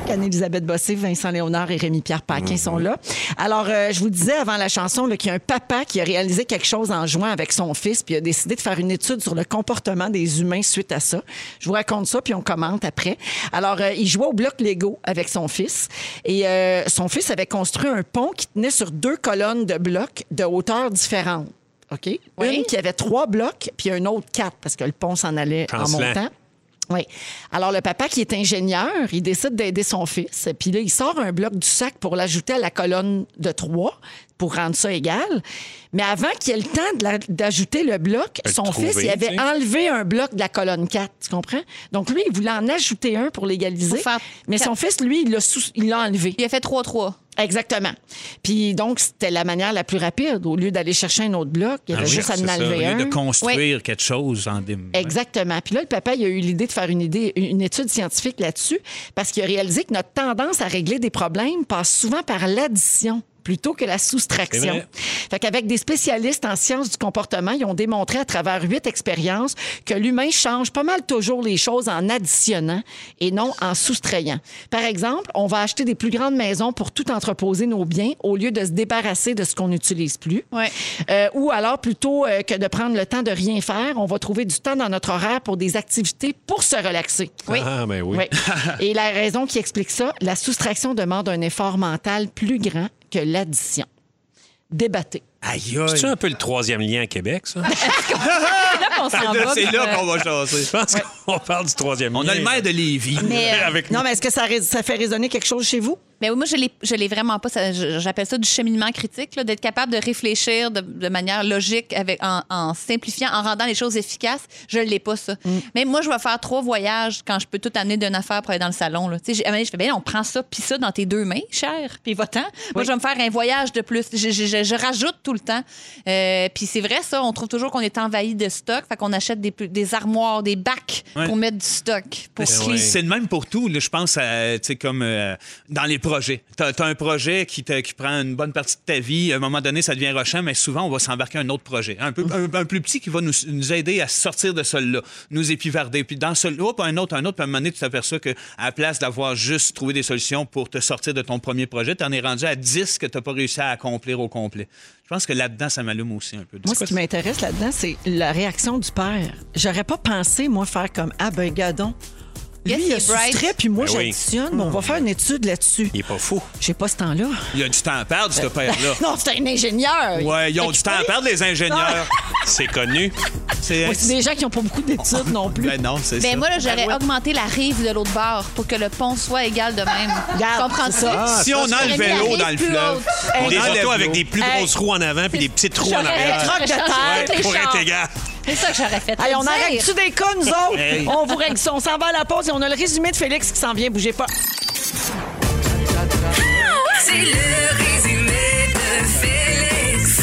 Anne-Elisabeth Bossé, Vincent Léonard et Rémi-Pierre Paquin sont là. Alors, euh, je vous disais avant la chanson là, qu'il y a un papa qui a réalisé quelque chose en jouant avec son fils, puis il a décidé de faire une étude sur le comportement des humains suite à ça. Je vous raconte ça, puis on commente après. Alors, euh, il jouait au bloc Lego avec son fils, et euh, son fils avait construit un pont qui tenait sur deux colonnes de blocs de hauteur différentes. OK? Oui. Une qui avait trois blocs, puis un autre quatre, parce que le pont s'en allait en Chancelant. montant. Oui. Alors, le papa qui est ingénieur, il décide d'aider son fils. Puis là, il sort un bloc du sac pour l'ajouter à la colonne de 3 pour rendre ça égal. Mais avant qu'il ait le temps de la- d'ajouter le bloc, le son trouver, fils, il avait tu sais. enlevé un bloc de la colonne 4. Tu comprends? Donc, lui, il voulait en ajouter un pour l'égaliser. Pour faire Mais son fils, lui, il l'a sous- il l'a enlevé. Il a fait 3-3. Exactement. Puis donc, c'était la manière la plus rapide. Au lieu d'aller chercher un autre bloc, il avait Ah oui, juste à c'est en ça. Au enlever lieu un. De construire quelque chose en des... Exactement. Puis là, le papa, il a eu l'idée de faire une, idée, une étude scientifique là-dessus parce qu'il a réalisé que notre tendance à régler des problèmes passe souvent par l'addition plutôt que la C'est soustraction. vrai. Fait qu'avec des spécialistes en sciences du comportement, ils ont démontré à travers huit expériences que l'humain change pas mal toujours les choses en additionnant et non en soustrayant. Par exemple, on va acheter des plus grandes maisons pour tout entreposer nos biens au lieu de se débarrasser de ce qu'on n'utilise plus. Ouais. Euh, ou alors, plutôt euh, que de prendre le temps de rien faire, on va trouver du temps dans notre horaire pour des activités pour se relaxer. Ah, ben oui. Oui. Et la raison qui explique ça, la soustraction demande un effort mental plus grand que l'addition. Débattez. Aïe, C'est-tu un peu le troisième lien à Québec, ça? Là, on s'en va. C'est là qu'on va chasser. Je pense qu'on parle du troisième On lien. a le maire de Lévis. Mais, euh, Avec Non, mais est-ce que ça, rés- ça fait résonner quelque chose chez vous? mais moi, je l'ai- je l'ai vraiment pas. ça- je- J'appelle ça du cheminement critique, là, d'être capable de réfléchir de, de manière logique, avec, en, en simplifiant, en rendant les choses efficaces. Je l'ai pas, ça. Mais moi, je vais faire trois voyages quand je peux tout amener d'une affaire pour aller dans le salon. Là. Tu sais, j'ai- à un moment donné, je fais, ben, on prend ça, puis ça dans tes deux mains, cher, puis va-t'en. Moi, je vais me faire un voyage de plus. Je, je- je- je rajoute tout le temps. Euh, puis c'est vrai, ça, on trouve toujours qu'on est envahi de stock, fait qu'on achète des, plus- des armoires, des bacs Ouais. pour mettre du stock. Pour Parce Ben que ouais. C'est le même pour tout, là, je pense, à, tu sais, comme euh, dans les projets. Tu as, un projet qui, te- qui prend une bonne partie de ta vie. À un moment donné, ça devient rochant, mais souvent, on va s'embarquer à un autre projet. Un, peu, un, un plus petit qui va nous, nous aider à sortir de celui-là, nous épivarder. Puis dans celui-là, hop, un autre, un autre, puis à un moment donné, tu t'aperçois qu'à la place d'avoir juste trouvé des solutions pour te sortir de ton premier projet, tu en es rendu à 10 que tu n'as pas réussi à accomplir au complet. Je pense que là-dedans, ça m'allume aussi un peu. Moi, ce qui m'intéresse là-dedans, c'est la réaction du père. J'aurais pas pensé, moi, faire comme Ah, ben, gadon. Yes, Lui, il a il est bright. soustrait, puis moi, Ben oui. j'additionne. mais on va faire une étude là-dessus. Il est pas fou. J'ai pas ce temps-là. Il y a du temps à perdre, ce père-là. Non, c'est un ingénieur. Ouais, ils Ben, ont du temps à perdre, les ingénieurs. C'est connu. C'est Moi, c'est des gens qui n'ont pas beaucoup d'études non plus. Ben non, c'est Ben ça. moi, là, j'aurais augmenté la rive de l'autre bord pour que le pont soit égal de même. Regarde, comprends c'est ça? si on J'aurais enlevait mis la l'eau dans rive le plus fleuve, haute. on Des enlève autos avec l'eau. des plus grosses roues en avant puis des petits trous en J'aurais arrière. troc de changé terre les Pour être chars. égal. C'est ça que j'aurais fait. Hey, on Dire. arrête-tu des cas, nous autres? Hey. On vous règle ça. On s'en va à la pause et on a le résumé de Félix qui s'en vient. Bougez pas. C'est le résumé de Félix.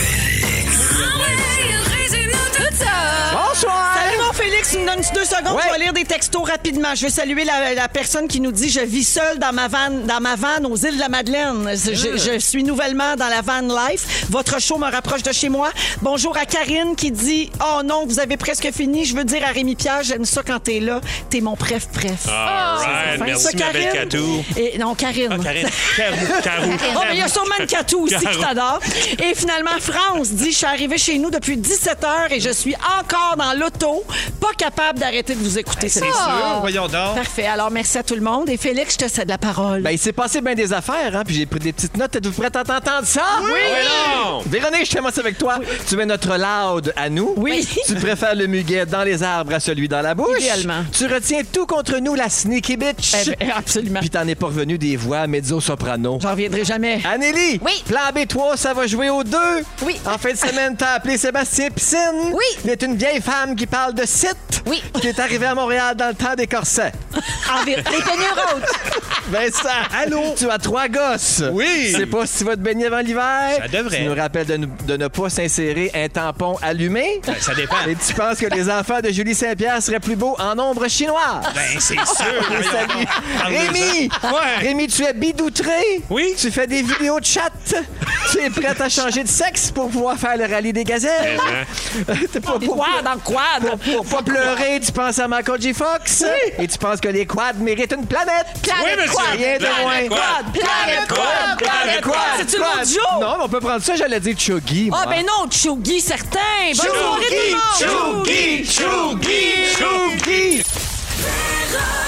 Ah ouais, il résume tout ça. Bonsoir! Salut mon Félix, tu me donnes deux secondes, je vais lire des textos rapidement. Je veux saluer la, la personne qui nous dit Je vis seule dans ma vanne, dans ma vanne aux îles de la Madeleine. Je, je- je suis nouvellement dans la van life. Votre show me rapproche de chez moi. Bonjour à Karine qui dit Oh non, vous avez presque fini. Je veux dire à Rémi Pierre, j'aime ça quand t'es là. T'es mon pref pref. All right. Enfin, Ah, Merci, ça, ma belle Karine. Catou. Et, non, Karine. Ah, Karine. Carou. Carou. Oh, mais il y a sûrement une catou aussi qui t'adore. Et finalement, France dit Je suis arrivée chez nous depuis 17 heures et je suis encore dans l'auto, pas capable d'arrêter de vous écouter. C'est Ah, Voyons donc. Parfait. Alors, merci à tout le monde. Et Félix, je te cède la parole. Ben, il s'est passé bien des affaires, hein, puis j'ai pris des petites notes. Êtes-vous prête à t'entendre ça? Mais non! Véronique, je commence avec toi. Tu mets notre loud à nous. Oui. Tu préfères le muguet dans les arbres à celui dans la bouche. Idéalement. Tu retiens tout contre nous, la sneaky bitch. Eh ben, absolument. Puis t'en es pas revenu des voix mezzo-soprano. J'en reviendrai jamais. Anélie! Oui. Plan B3, ça va jouer aux deux. Oui. En fin de semaine, t'as appelé Sébastien Piscine. Oui. Il est une vieille femme qui parle de site. Oui. Qui est arrivée à Montréal dans le temps des corsets. En vérité, Vincent, allô? Tu as trois gosses. Oui. Tu sais pas si tu vas te baigner avant l'hiver. Ça devrait. Tu nous rappelles de, ne- de ne pas s'insérer un tampon allumé. Ben, ça dépend. Et tu penses que les enfants de Julie Saint-Pierre seraient plus beaux en ombre chinoise. Ben, c'est sûr. voyons Salut. donc. Parle-en. Rémi! Ouais. Rémi, tu es bidoutré? Oui. Tu fais des vidéos de chat? tu es prête à changer de sexe pour pouvoir faire le rallye des Eh gazelles? ben. T'es pas pour, quoi, dans quoi? pour- pour pas pleurer, tu penses à Michael J. Fox? Et tu penses que les quads méritent une planète? Oui, monsieur. Rien de moins. Planète quad. Planète quad, planète Quad, C'est-tu le quad. mot du jour? Non, mais on peut prendre ça, j'allais dire Chuggy. Ah, moi. ben non, Chougi, certain. Bonne soirée, tout le monde. Chuggy, Chuggy, Chuggy. Véronique.